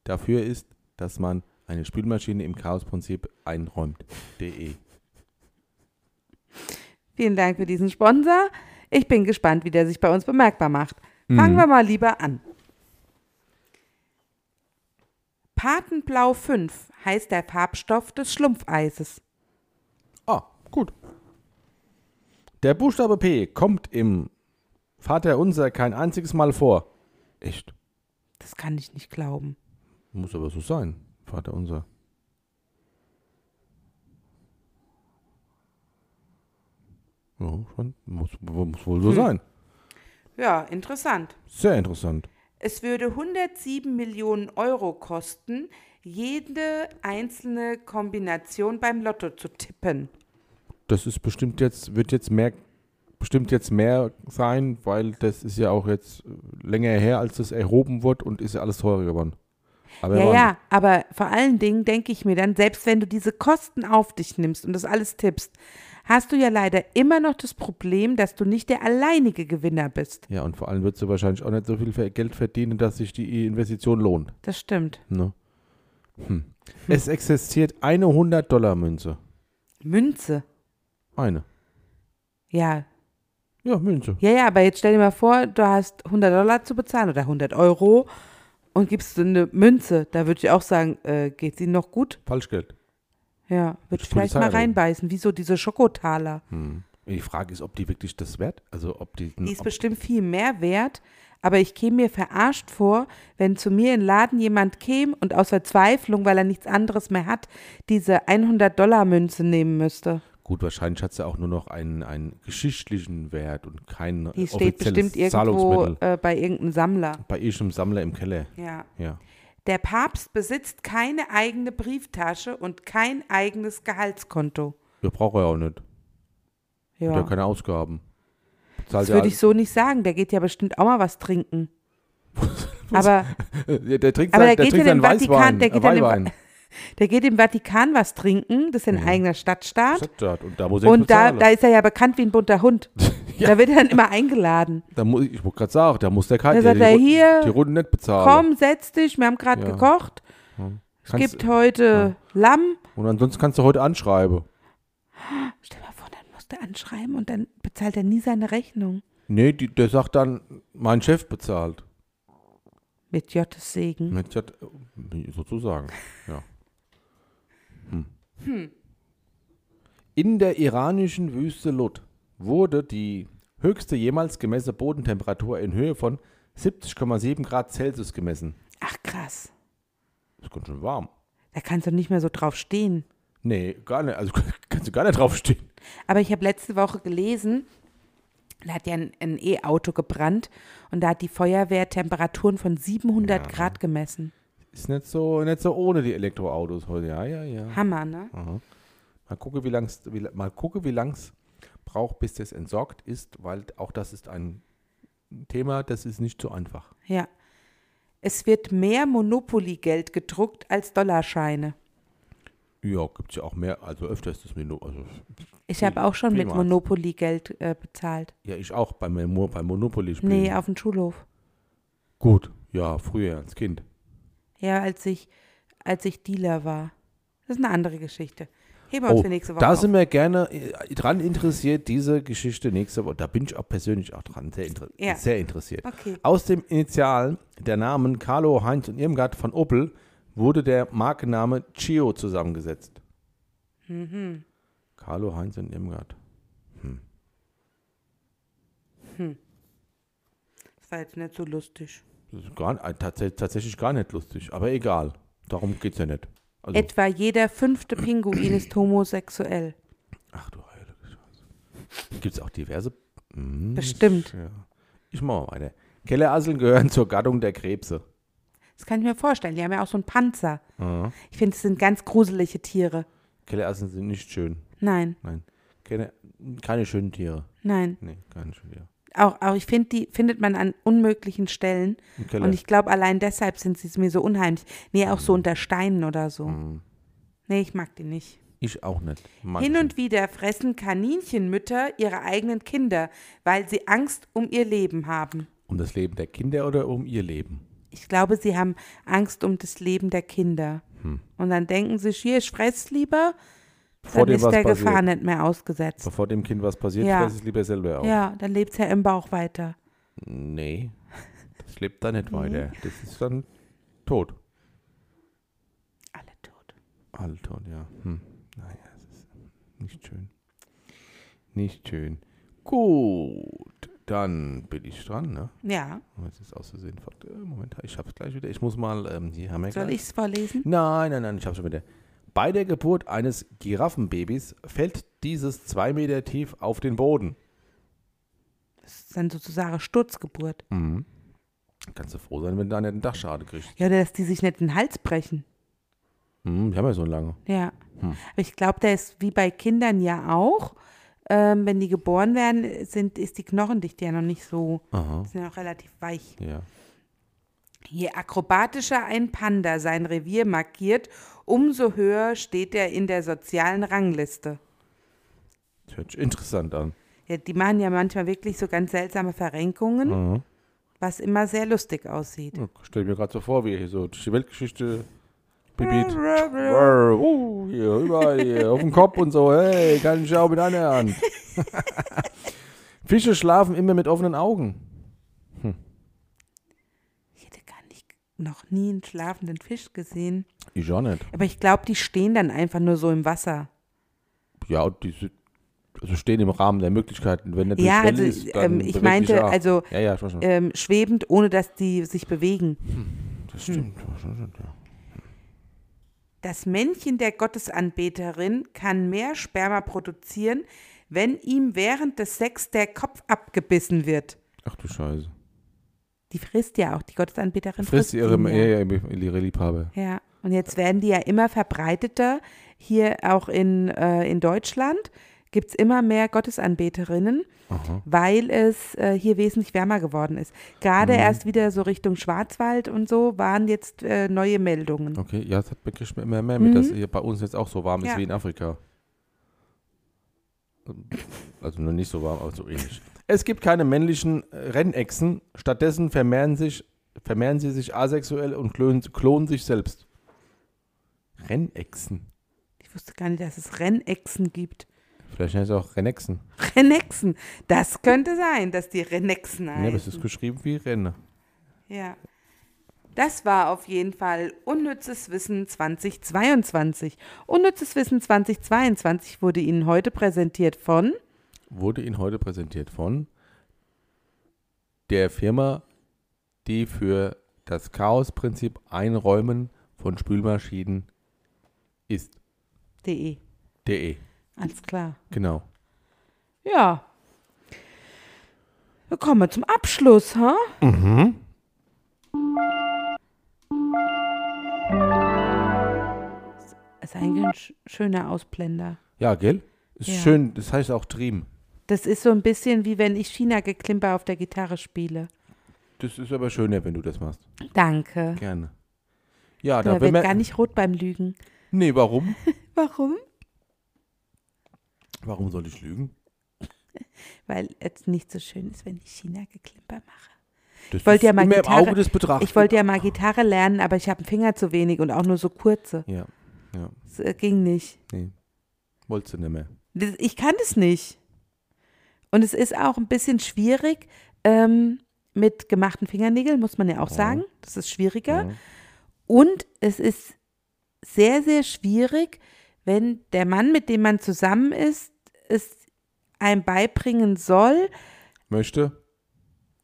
[SPEAKER 1] dafür ist, dass man eine Spülmaschine im Chaosprinzip einräumt. E. De.
[SPEAKER 2] Vielen Dank für diesen Sponsor. Ich bin gespannt, wie der sich bei uns bemerkbar macht.
[SPEAKER 1] Mhm.
[SPEAKER 2] Fangen wir mal lieber an. Patenblau 5 heißt der Farbstoff des Schlumpfeises.
[SPEAKER 1] Ah, gut. Der Buchstabe P kommt im Vater unser kein einziges Mal vor. Echt?
[SPEAKER 2] Das kann ich nicht glauben.
[SPEAKER 1] Muss aber so sein, Vater unser. Ja, schon. Muss, muss wohl
[SPEAKER 2] Hm.
[SPEAKER 1] so sein.
[SPEAKER 2] Ja, interessant.
[SPEAKER 1] Sehr interessant.
[SPEAKER 2] Es würde 107 Millionen Euro kosten, jede einzelne Kombination beim Lotto zu tippen.
[SPEAKER 1] Das ist bestimmt jetzt, wird jetzt mehr, bestimmt jetzt mehr sein, weil das ist ja auch jetzt äh, länger her, als das erhoben wurde und ist ja alles teurer geworden. Aber
[SPEAKER 2] Ja,
[SPEAKER 1] Wahnsinn.
[SPEAKER 2] ja, aber vor allen Dingen denke ich mir dann, selbst wenn du diese Kosten auf dich nimmst und das alles tippst, hast du ja leider immer noch das Problem, dass du nicht der alleinige Gewinner bist.
[SPEAKER 1] Ja, und vor allem würdest du wahrscheinlich auch nicht so viel ver- Geld verdienen, dass sich die Investition lohnt.
[SPEAKER 2] Das stimmt.
[SPEAKER 1] Ne? Hm. Es existiert eine 100-Dollar-Münze.
[SPEAKER 2] Münze.
[SPEAKER 1] Eine.
[SPEAKER 2] Ja.
[SPEAKER 1] Ja, Münze.
[SPEAKER 2] Ja, ja, aber jetzt stell dir mal vor, du hast 100 Dollar zu bezahlen oder 100 Euro und gibst so eine Münze. Da würde ich auch sagen, äh, geht's ihnen noch gut?
[SPEAKER 1] Falschgeld.
[SPEAKER 2] Ja, würde ich
[SPEAKER 1] Polizei
[SPEAKER 2] vielleicht mal
[SPEAKER 1] reden.
[SPEAKER 2] reinbeißen. Wieso diese Schokotaler?
[SPEAKER 1] Hm. Die Frage ist, ob die wirklich das wert? Also ob die.
[SPEAKER 2] Die ist
[SPEAKER 1] ob,
[SPEAKER 2] bestimmt viel mehr wert, aber ich käme mir verarscht vor, wenn zu mir im Laden jemand käme und aus Verzweiflung, weil er nichts anderes mehr hat, diese 100-Dollar-Münze nehmen müsste.
[SPEAKER 1] gut, wahrscheinlich hat sie auch nur noch einen, einen geschichtlichen Wert und kein
[SPEAKER 2] Die steht
[SPEAKER 1] offizielles
[SPEAKER 2] bestimmt irgendwo
[SPEAKER 1] Zahlungsmittel.
[SPEAKER 2] äh, bei irgendeinem Sammler.
[SPEAKER 1] Bei irgendeinem Sammler im Keller.
[SPEAKER 2] Ja.
[SPEAKER 1] Ja.
[SPEAKER 2] Der Papst besitzt keine eigene Brieftasche und kein eigenes Gehaltskonto.
[SPEAKER 1] Ja, braucht er ja auch nicht. Hat ja
[SPEAKER 2] Ja.
[SPEAKER 1] keine Ausgaben. Bezahlt
[SPEAKER 2] Das
[SPEAKER 1] ja
[SPEAKER 2] würde ich so nicht sagen. Der geht ja bestimmt auch mal was trinken. Aber
[SPEAKER 1] Ja, der trinkt
[SPEAKER 2] Aber der
[SPEAKER 1] sein, der
[SPEAKER 2] geht
[SPEAKER 1] trinkt
[SPEAKER 2] ja
[SPEAKER 1] seinen
[SPEAKER 2] in den Vatikan,
[SPEAKER 1] Weißwein.
[SPEAKER 2] der
[SPEAKER 1] äh,
[SPEAKER 2] geht ja in den
[SPEAKER 1] Weihwein.
[SPEAKER 2] der geht im Vatikan was trinken. Das ist ja
[SPEAKER 1] Mhm.
[SPEAKER 2] ein eigener Stadtstaat.
[SPEAKER 1] Stadtstaat. Und da muss ich
[SPEAKER 2] Und da,
[SPEAKER 1] bezahlen.
[SPEAKER 2] da ist er ja bekannt wie ein bunter Hund.
[SPEAKER 1] Ja.
[SPEAKER 2] Da wird er dann immer eingeladen.
[SPEAKER 1] Da muss ich, ich wollte gerade sagen, da muss der Kai
[SPEAKER 2] Da sagt
[SPEAKER 1] die,
[SPEAKER 2] er,
[SPEAKER 1] Runden-
[SPEAKER 2] hier,
[SPEAKER 1] die Runden nicht bezahlen.
[SPEAKER 2] Komm, setz dich, wir haben gerade
[SPEAKER 1] Ja.
[SPEAKER 2] gekocht. Es
[SPEAKER 1] Kannst-
[SPEAKER 2] gibt heute Lamm.
[SPEAKER 1] Und ansonsten kannst du heute anschreiben.
[SPEAKER 2] Stell dir mal vor, dann musst du anschreiben und dann bezahlt er nie seine Rechnung.
[SPEAKER 1] Nee, die, der sagt dann, mein Chef bezahlt.
[SPEAKER 2] Mit Jottes Segen.
[SPEAKER 1] Mit Jet- Sozusagen, ja. Hm. In der iranischen Wüste Lut wurde die höchste jemals gemessene Bodentemperatur in Höhe von 70,7 Grad Celsius gemessen.
[SPEAKER 2] Ach krass,
[SPEAKER 1] Ist ganz schön warm.
[SPEAKER 2] da kannst du nicht mehr so drauf stehen.
[SPEAKER 1] Nee, gar nicht. Also kannst du gar nicht draufstehen.
[SPEAKER 2] Aber ich habe letzte Woche gelesen, da hat ja ein ein E-Auto gebrannt und da hat die Feuerwehr Temperaturen von 700
[SPEAKER 1] Ja.
[SPEAKER 2] Grad gemessen.
[SPEAKER 1] Ist nicht so, nicht so ohne die Elektroautos heute. Ja, ja, ja.
[SPEAKER 2] Hammer, ne?
[SPEAKER 1] Aha. Mal gucke, wie lang's, wie, la- mal gucke, wie lang es braucht, bis das entsorgt ist, weil auch das ist ein Thema, das ist nicht so einfach.
[SPEAKER 2] Ja. Es wird mehr Monopoly-Geld gedruckt als Dollarscheine.
[SPEAKER 1] Ja, gibt es ja auch mehr, also öfter ist das Menü. Also,
[SPEAKER 2] Ich habe auch schon mit
[SPEAKER 1] Prima.
[SPEAKER 2] Monopoly Geld äh, bezahlt.
[SPEAKER 1] ja, ich auch beim, Mo- beim Monopoly spielen.
[SPEAKER 2] Nee, auf dem Schulhof.
[SPEAKER 1] Gut, ja, früher als Kind.
[SPEAKER 2] Ja, als ich, als ich Dealer war. Das ist eine andere Geschichte. Heben wir uns
[SPEAKER 1] Oh,
[SPEAKER 2] für nächste Woche
[SPEAKER 1] da
[SPEAKER 2] auf.
[SPEAKER 1] sind wir gerne äh, dran interessiert, diese Geschichte nächste Woche. Da bin ich auch persönlich auch dran, sehr, inter
[SPEAKER 2] Ja.
[SPEAKER 1] sehr interessiert.
[SPEAKER 2] Okay.
[SPEAKER 1] Aus dem Initial der Namen Carlo, Heinz und Irmgard von Opel wurde der Markenname Chio zusammengesetzt.
[SPEAKER 2] Mhm.
[SPEAKER 1] Carlo, Heinz und Irmgard.
[SPEAKER 2] Das war jetzt nicht so lustig.
[SPEAKER 1] Das ist gar, äh, tats tatsächlich gar nicht lustig, aber egal. Darum geht es ja nicht. Also,
[SPEAKER 2] Etwa jeder fünfte Pinguin ist
[SPEAKER 1] Hm.
[SPEAKER 2] homosexuell.
[SPEAKER 1] ach du heilige Scheiße. Gibt es auch diverse. Hm,
[SPEAKER 2] Bestimmt.
[SPEAKER 1] Ja. Ich mache mal weiter. Kellerasseln gehören zur Gattung der Krebse.
[SPEAKER 2] Das kann ich mir vorstellen. Die haben ja auch so einen Panzer.
[SPEAKER 1] Mhm.
[SPEAKER 2] Ich finde, es sind ganz gruselige Tiere.
[SPEAKER 1] Kellerasseln sind nicht schön.
[SPEAKER 2] Nein,
[SPEAKER 1] Nein. Keine, keine schönen Tiere.
[SPEAKER 2] nein.
[SPEAKER 1] Nee, keine schönen Tiere.
[SPEAKER 2] Auch, auch ich finde, die findet man an unmöglichen Stellen.
[SPEAKER 1] Im Keller.
[SPEAKER 2] Und ich glaube, allein deshalb sind sie mir so unheimlich. Nee, auch
[SPEAKER 1] Mhm.
[SPEAKER 2] so unter Steinen oder so. Nee, ich mag die nicht.
[SPEAKER 1] Ich auch nicht. Manche.
[SPEAKER 2] Hin und wieder fressen Kaninchenmütter ihre eigenen Kinder, weil sie Angst um ihr Leben haben.
[SPEAKER 1] um das Leben der Kinder oder um ihr Leben?
[SPEAKER 2] Ich glaube, sie haben Angst um das Leben der Kinder.
[SPEAKER 1] Hm.
[SPEAKER 2] Und dann denken sie, hier, ich fress lieber,
[SPEAKER 1] Vor
[SPEAKER 2] dann
[SPEAKER 1] dem,
[SPEAKER 2] ist
[SPEAKER 1] was
[SPEAKER 2] der
[SPEAKER 1] passiert.
[SPEAKER 2] Gefahr nicht mehr ausgesetzt.
[SPEAKER 1] Bevor dem Kind was passiert,
[SPEAKER 2] Ja.
[SPEAKER 1] fress es lieber selber auf.
[SPEAKER 2] Ja, dann lebt es ja im Bauch weiter.
[SPEAKER 1] Nee, das lebt da nicht
[SPEAKER 2] Mhm.
[SPEAKER 1] weiter. Das ist dann tot.
[SPEAKER 2] Alle tot.
[SPEAKER 1] Alt tot, ja. Hm. Naja, es ist nicht schön. Nicht schön. Gut, dann bin ich dran, ne?
[SPEAKER 2] Ja,
[SPEAKER 1] Oh, Jetzt ist aus Versehen. fort- äh, Moment, ich hab's gleich wieder. Ich muss mal, ähm, hier haben wir
[SPEAKER 2] soll
[SPEAKER 1] gleich-
[SPEAKER 2] ich es vorlesen?
[SPEAKER 1] Nein, nein, nein, ich habe schon wieder. Bei der Geburt eines Giraffenbabys fällt dieses zwei Meter tief auf den Boden.
[SPEAKER 2] Das ist dann sozusagen Sturzgeburt.
[SPEAKER 1] Kannst du froh sein, wenn du da nicht einen Dachschade kriegst.
[SPEAKER 2] Ja, oder dass die sich nicht den Hals brechen.
[SPEAKER 1] Mhm, die haben ja so lange.
[SPEAKER 2] Ja. Aber ich glaube, der ist wie bei Kindern ja auch. Ähm, wenn die geboren werden, sind, ist die Knochendichte ja noch nicht so,
[SPEAKER 1] Aha.
[SPEAKER 2] sind ja noch relativ weich.
[SPEAKER 1] Ja.
[SPEAKER 2] Je akrobatischer ein Panda sein Revier markiert, umso höher steht er in der sozialen Rangliste.
[SPEAKER 1] Das hört sich interessant an.
[SPEAKER 2] Ja, die machen ja manchmal wirklich so ganz seltsame Verrenkungen,
[SPEAKER 1] Mhm.
[SPEAKER 2] was immer sehr lustig aussieht.
[SPEAKER 1] Ja, Stell mir gerade so vor, wie hier so durch die Weltgeschichte bebiet.
[SPEAKER 2] Blablabla.
[SPEAKER 1] Uh, hier, überall hier, auf dem Kopf und so. Hey, kann ich auch mit anhören. Fische schlafen immer mit offenen Augen.
[SPEAKER 2] Ich hätte gar nicht noch nie einen schlafenden Fisch gesehen.
[SPEAKER 1] Ich auch nicht.
[SPEAKER 2] Aber ich glaube, die stehen dann einfach nur so im Wasser.
[SPEAKER 1] Ja, und die sind- also stehen im Rahmen der Möglichkeiten. Wenn natürlich
[SPEAKER 2] Ja,
[SPEAKER 1] Welle
[SPEAKER 2] also
[SPEAKER 1] ist, dann
[SPEAKER 2] ähm, ich
[SPEAKER 1] bewegt
[SPEAKER 2] meinte,
[SPEAKER 1] sich auch.
[SPEAKER 2] also
[SPEAKER 1] Ja, ja, schon, schon.
[SPEAKER 2] ähm, schwebend, ohne dass die sich bewegen.
[SPEAKER 1] Das stimmt. Schon, schon, ja.
[SPEAKER 2] Das Männchen der Gottesanbeterin kann mehr Sperma produzieren, wenn ihm während des Sex der Kopf abgebissen wird.
[SPEAKER 1] Ach du Scheiße.
[SPEAKER 2] Die frisst ja auch, die Gottesanbeterin
[SPEAKER 1] Frisst ihre,
[SPEAKER 2] ihn
[SPEAKER 1] ja.
[SPEAKER 2] ja.
[SPEAKER 1] Ja, ihre Liebhaber.
[SPEAKER 2] ja, und jetzt werden die ja immer verbreiteter. Hier auch in, äh, in Deutschland gibt es immer mehr Gottesanbeterinnen,
[SPEAKER 1] Aha.
[SPEAKER 2] weil es äh, hier wesentlich wärmer geworden ist. Gerade
[SPEAKER 1] Mhm.
[SPEAKER 2] erst wieder so Richtung Schwarzwald und so waren jetzt äh, neue Meldungen.
[SPEAKER 1] Okay, ja, das bekriegt man immer mehr mit,
[SPEAKER 2] Mhm.
[SPEAKER 1] dass hier bei uns jetzt auch so warm ist
[SPEAKER 2] Ja.
[SPEAKER 1] wie in Afrika. Also nur nicht so warm, aber so ähnlich. Es gibt keine männlichen äh, Rennechsen, stattdessen vermehren, sich, vermehren sie sich asexuell und klonen, klonen sich selbst. Rennechsen?
[SPEAKER 2] Ich wusste gar nicht, dass es Rennechsen gibt.
[SPEAKER 1] Vielleicht heißt es auch Rennechsen.
[SPEAKER 2] Renexen. Das könnte sein, dass die Renexen
[SPEAKER 1] Nee, aber
[SPEAKER 2] heißen.
[SPEAKER 1] es ist geschrieben wie Renne.
[SPEAKER 2] ja. Das war auf jeden Fall Unnützes Wissen 2022. Unnützes Wissen 2022 wurde Ihnen heute präsentiert von
[SPEAKER 1] Wurde Ihnen heute präsentiert von der Firma, die für das Chaosprinzip Einräumen von Spülmaschinen ist.
[SPEAKER 2] DE.
[SPEAKER 1] De.
[SPEAKER 2] E. Alles klar.
[SPEAKER 1] Genau.
[SPEAKER 2] Ja. Wir kommen wir zum Abschluss, ha? Mhm. Das ist eigentlich ein sch- schöner Ausblender.
[SPEAKER 1] Ja, gell? Ist
[SPEAKER 2] Ja.
[SPEAKER 1] schön, das heißt auch Trim.
[SPEAKER 2] Das ist so ein bisschen wie wenn ich China-Geklimper auf der Gitarre spiele.
[SPEAKER 1] Das ist aber schöner, wenn du das machst.
[SPEAKER 2] Danke.
[SPEAKER 1] Gerne. Ja, da
[SPEAKER 2] Man
[SPEAKER 1] wenn
[SPEAKER 2] wird gar
[SPEAKER 1] man.
[SPEAKER 2] nicht rot beim Lügen.
[SPEAKER 1] Nee, warum?
[SPEAKER 2] Warum?
[SPEAKER 1] Warum soll ich lügen?
[SPEAKER 2] Weil es nicht so schön ist, wenn ich China-Geklimper mache.
[SPEAKER 1] Das
[SPEAKER 2] Ich wollte
[SPEAKER 1] ist
[SPEAKER 2] ja mal
[SPEAKER 1] immer
[SPEAKER 2] Gitarre-
[SPEAKER 1] im Auge des Betrachters.
[SPEAKER 2] ich wollte ja mal Gitarre lernen, aber ich habe einen Finger zu wenig und auch nur so kurze.
[SPEAKER 1] Ja, ja,
[SPEAKER 2] Das äh, ging nicht.
[SPEAKER 1] nee. Wolltest du nicht mehr.
[SPEAKER 2] Das, ich kann das nicht. Und es ist auch ein bisschen schwierig ähm, mit gemachten Fingernägeln, muss man ja auch
[SPEAKER 1] Ja.
[SPEAKER 2] sagen. Das ist schwieriger.
[SPEAKER 1] Ja.
[SPEAKER 2] Und es ist sehr, sehr schwierig, wenn der Mann, mit dem man zusammen ist, es einem beibringen soll,
[SPEAKER 1] Möchte,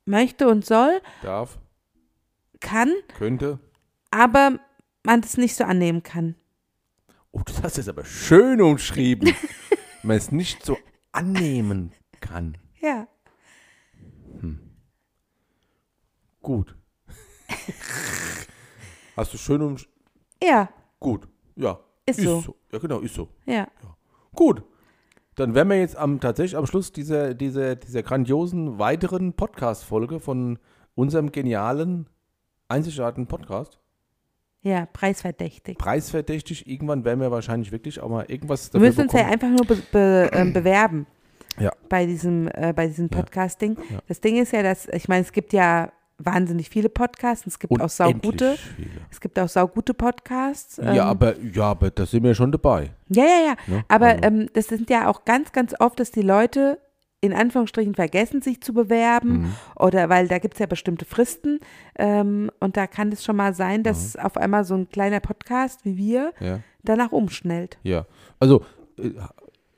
[SPEAKER 2] möchte und soll,
[SPEAKER 1] darf,
[SPEAKER 2] kann,
[SPEAKER 1] könnte.
[SPEAKER 2] aber man das nicht so annehmen kann.
[SPEAKER 1] Oh, das hast du jetzt aber schön umschrieben. Wenn man es nicht so annehmen kann.
[SPEAKER 2] Ja.
[SPEAKER 1] Gut. hast du schön umschrieben.
[SPEAKER 2] Ja,
[SPEAKER 1] Gut. Ja.
[SPEAKER 2] Ist so.
[SPEAKER 1] Ja, genau, ist so.
[SPEAKER 2] ja.
[SPEAKER 1] Gut. Dann wären wir jetzt am, tatsächlich am Schluss dieser, dieser, dieser grandiosen weiteren Podcast-Folge von unserem genialen, einzigartigen Podcast.
[SPEAKER 2] Ja, preisverdächtig.
[SPEAKER 1] Preisverdächtig, irgendwann werden wir wahrscheinlich wirklich auch mal irgendwas
[SPEAKER 2] Wir
[SPEAKER 1] dafür
[SPEAKER 2] müssen uns ja
[SPEAKER 1] bekommen.
[SPEAKER 2] einfach nur be be ähm, bewerben.
[SPEAKER 1] Ja.
[SPEAKER 2] Bei diesem, äh, bei diesem
[SPEAKER 1] Ja.
[SPEAKER 2] Podcasting.
[SPEAKER 1] Ja.
[SPEAKER 2] Das Ding ist ja, dass, ich meine, es gibt ja wahnsinnig viele Podcasts und es gibt auch saugute.
[SPEAKER 1] Unendlich viele.
[SPEAKER 2] Es gibt auch saugute Podcasts. ähm,
[SPEAKER 1] Ja, aber, ja, aber da sind wir schon dabei.
[SPEAKER 2] Ja, ja, ja.
[SPEAKER 1] Ne?
[SPEAKER 2] Aber
[SPEAKER 1] Also-
[SPEAKER 2] ähm, das sind ja auch ganz, ganz oft, dass die Leute in Anführungsstrichen vergessen, sich zu bewerben
[SPEAKER 1] Mhm.
[SPEAKER 2] oder weil da gibt es ja bestimmte Fristen ähm, und da kann es schon mal sein, dass
[SPEAKER 1] Mhm.
[SPEAKER 2] auf einmal so ein kleiner Podcast wie wir
[SPEAKER 1] Ja.
[SPEAKER 2] danach umschnellt.
[SPEAKER 1] Ja, also äh,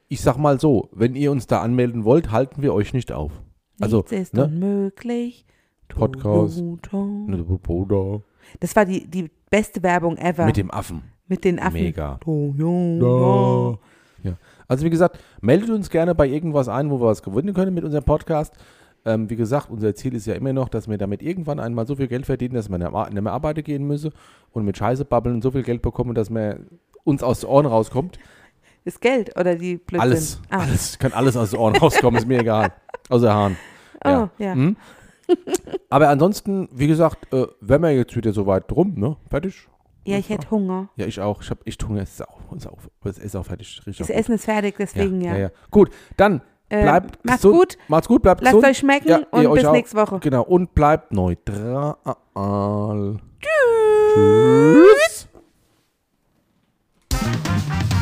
[SPEAKER 1] ich sag mal so, wenn ihr uns da anmelden wollt, halten wir euch nicht auf. Also,
[SPEAKER 2] Nichts ist
[SPEAKER 1] ne?
[SPEAKER 2] unmöglich. Tu,
[SPEAKER 1] Podcast.
[SPEAKER 2] tu, tu.
[SPEAKER 1] Bruder.
[SPEAKER 2] Das war die, die beste Werbung ever.
[SPEAKER 1] Mit dem Affen.
[SPEAKER 2] Mit den Affen.
[SPEAKER 1] Mega.
[SPEAKER 2] Tu, tu, tu.
[SPEAKER 1] Ja. Also wie gesagt, meldet uns gerne bei irgendwas ein, wo wir was gewinnen können mit unserem Podcast. Ähm, wie gesagt, unser Ziel ist ja immer noch, dass wir damit irgendwann einmal so viel Geld verdienen, dass wir nicht mehr arbeiten gehen müssen und mit Scheiße babbeln so viel Geld bekommen, dass wir uns aus den Ohren rauskommt.
[SPEAKER 2] Das Geld oder die Blödsinn?
[SPEAKER 1] Alles,
[SPEAKER 2] Ah.
[SPEAKER 1] alles, kann alles aus den Ohren rauskommen, ist mir egal. Außer Haaren.
[SPEAKER 2] Oh, ja.
[SPEAKER 1] Hm? Aber ansonsten, wie gesagt, äh, wenn wir jetzt wieder so weit rum, ne? Fertig?
[SPEAKER 2] Ja, ich hätte Hunger.
[SPEAKER 1] Ja, ich auch. Ich habe echt Hunger. Es ist auch, es ist auch, aber es ist auch fertig. Riecht
[SPEAKER 2] Das
[SPEAKER 1] auch
[SPEAKER 2] Essen ist fertig,
[SPEAKER 1] gut.
[SPEAKER 2] deswegen ja.
[SPEAKER 1] ja, ja. Gut, dann
[SPEAKER 2] Ähm,
[SPEAKER 1] bleibt
[SPEAKER 2] macht's
[SPEAKER 1] gesund.
[SPEAKER 2] gut.
[SPEAKER 1] Macht's gut, bleibt
[SPEAKER 2] Lasst
[SPEAKER 1] gesund.
[SPEAKER 2] euch schmecken
[SPEAKER 1] Ja, ihr
[SPEAKER 2] und
[SPEAKER 1] euch
[SPEAKER 2] bis
[SPEAKER 1] auch.
[SPEAKER 2] nächste Woche.
[SPEAKER 1] Genau, und bleibt neutral.
[SPEAKER 2] Tschüss.
[SPEAKER 1] Tschüss.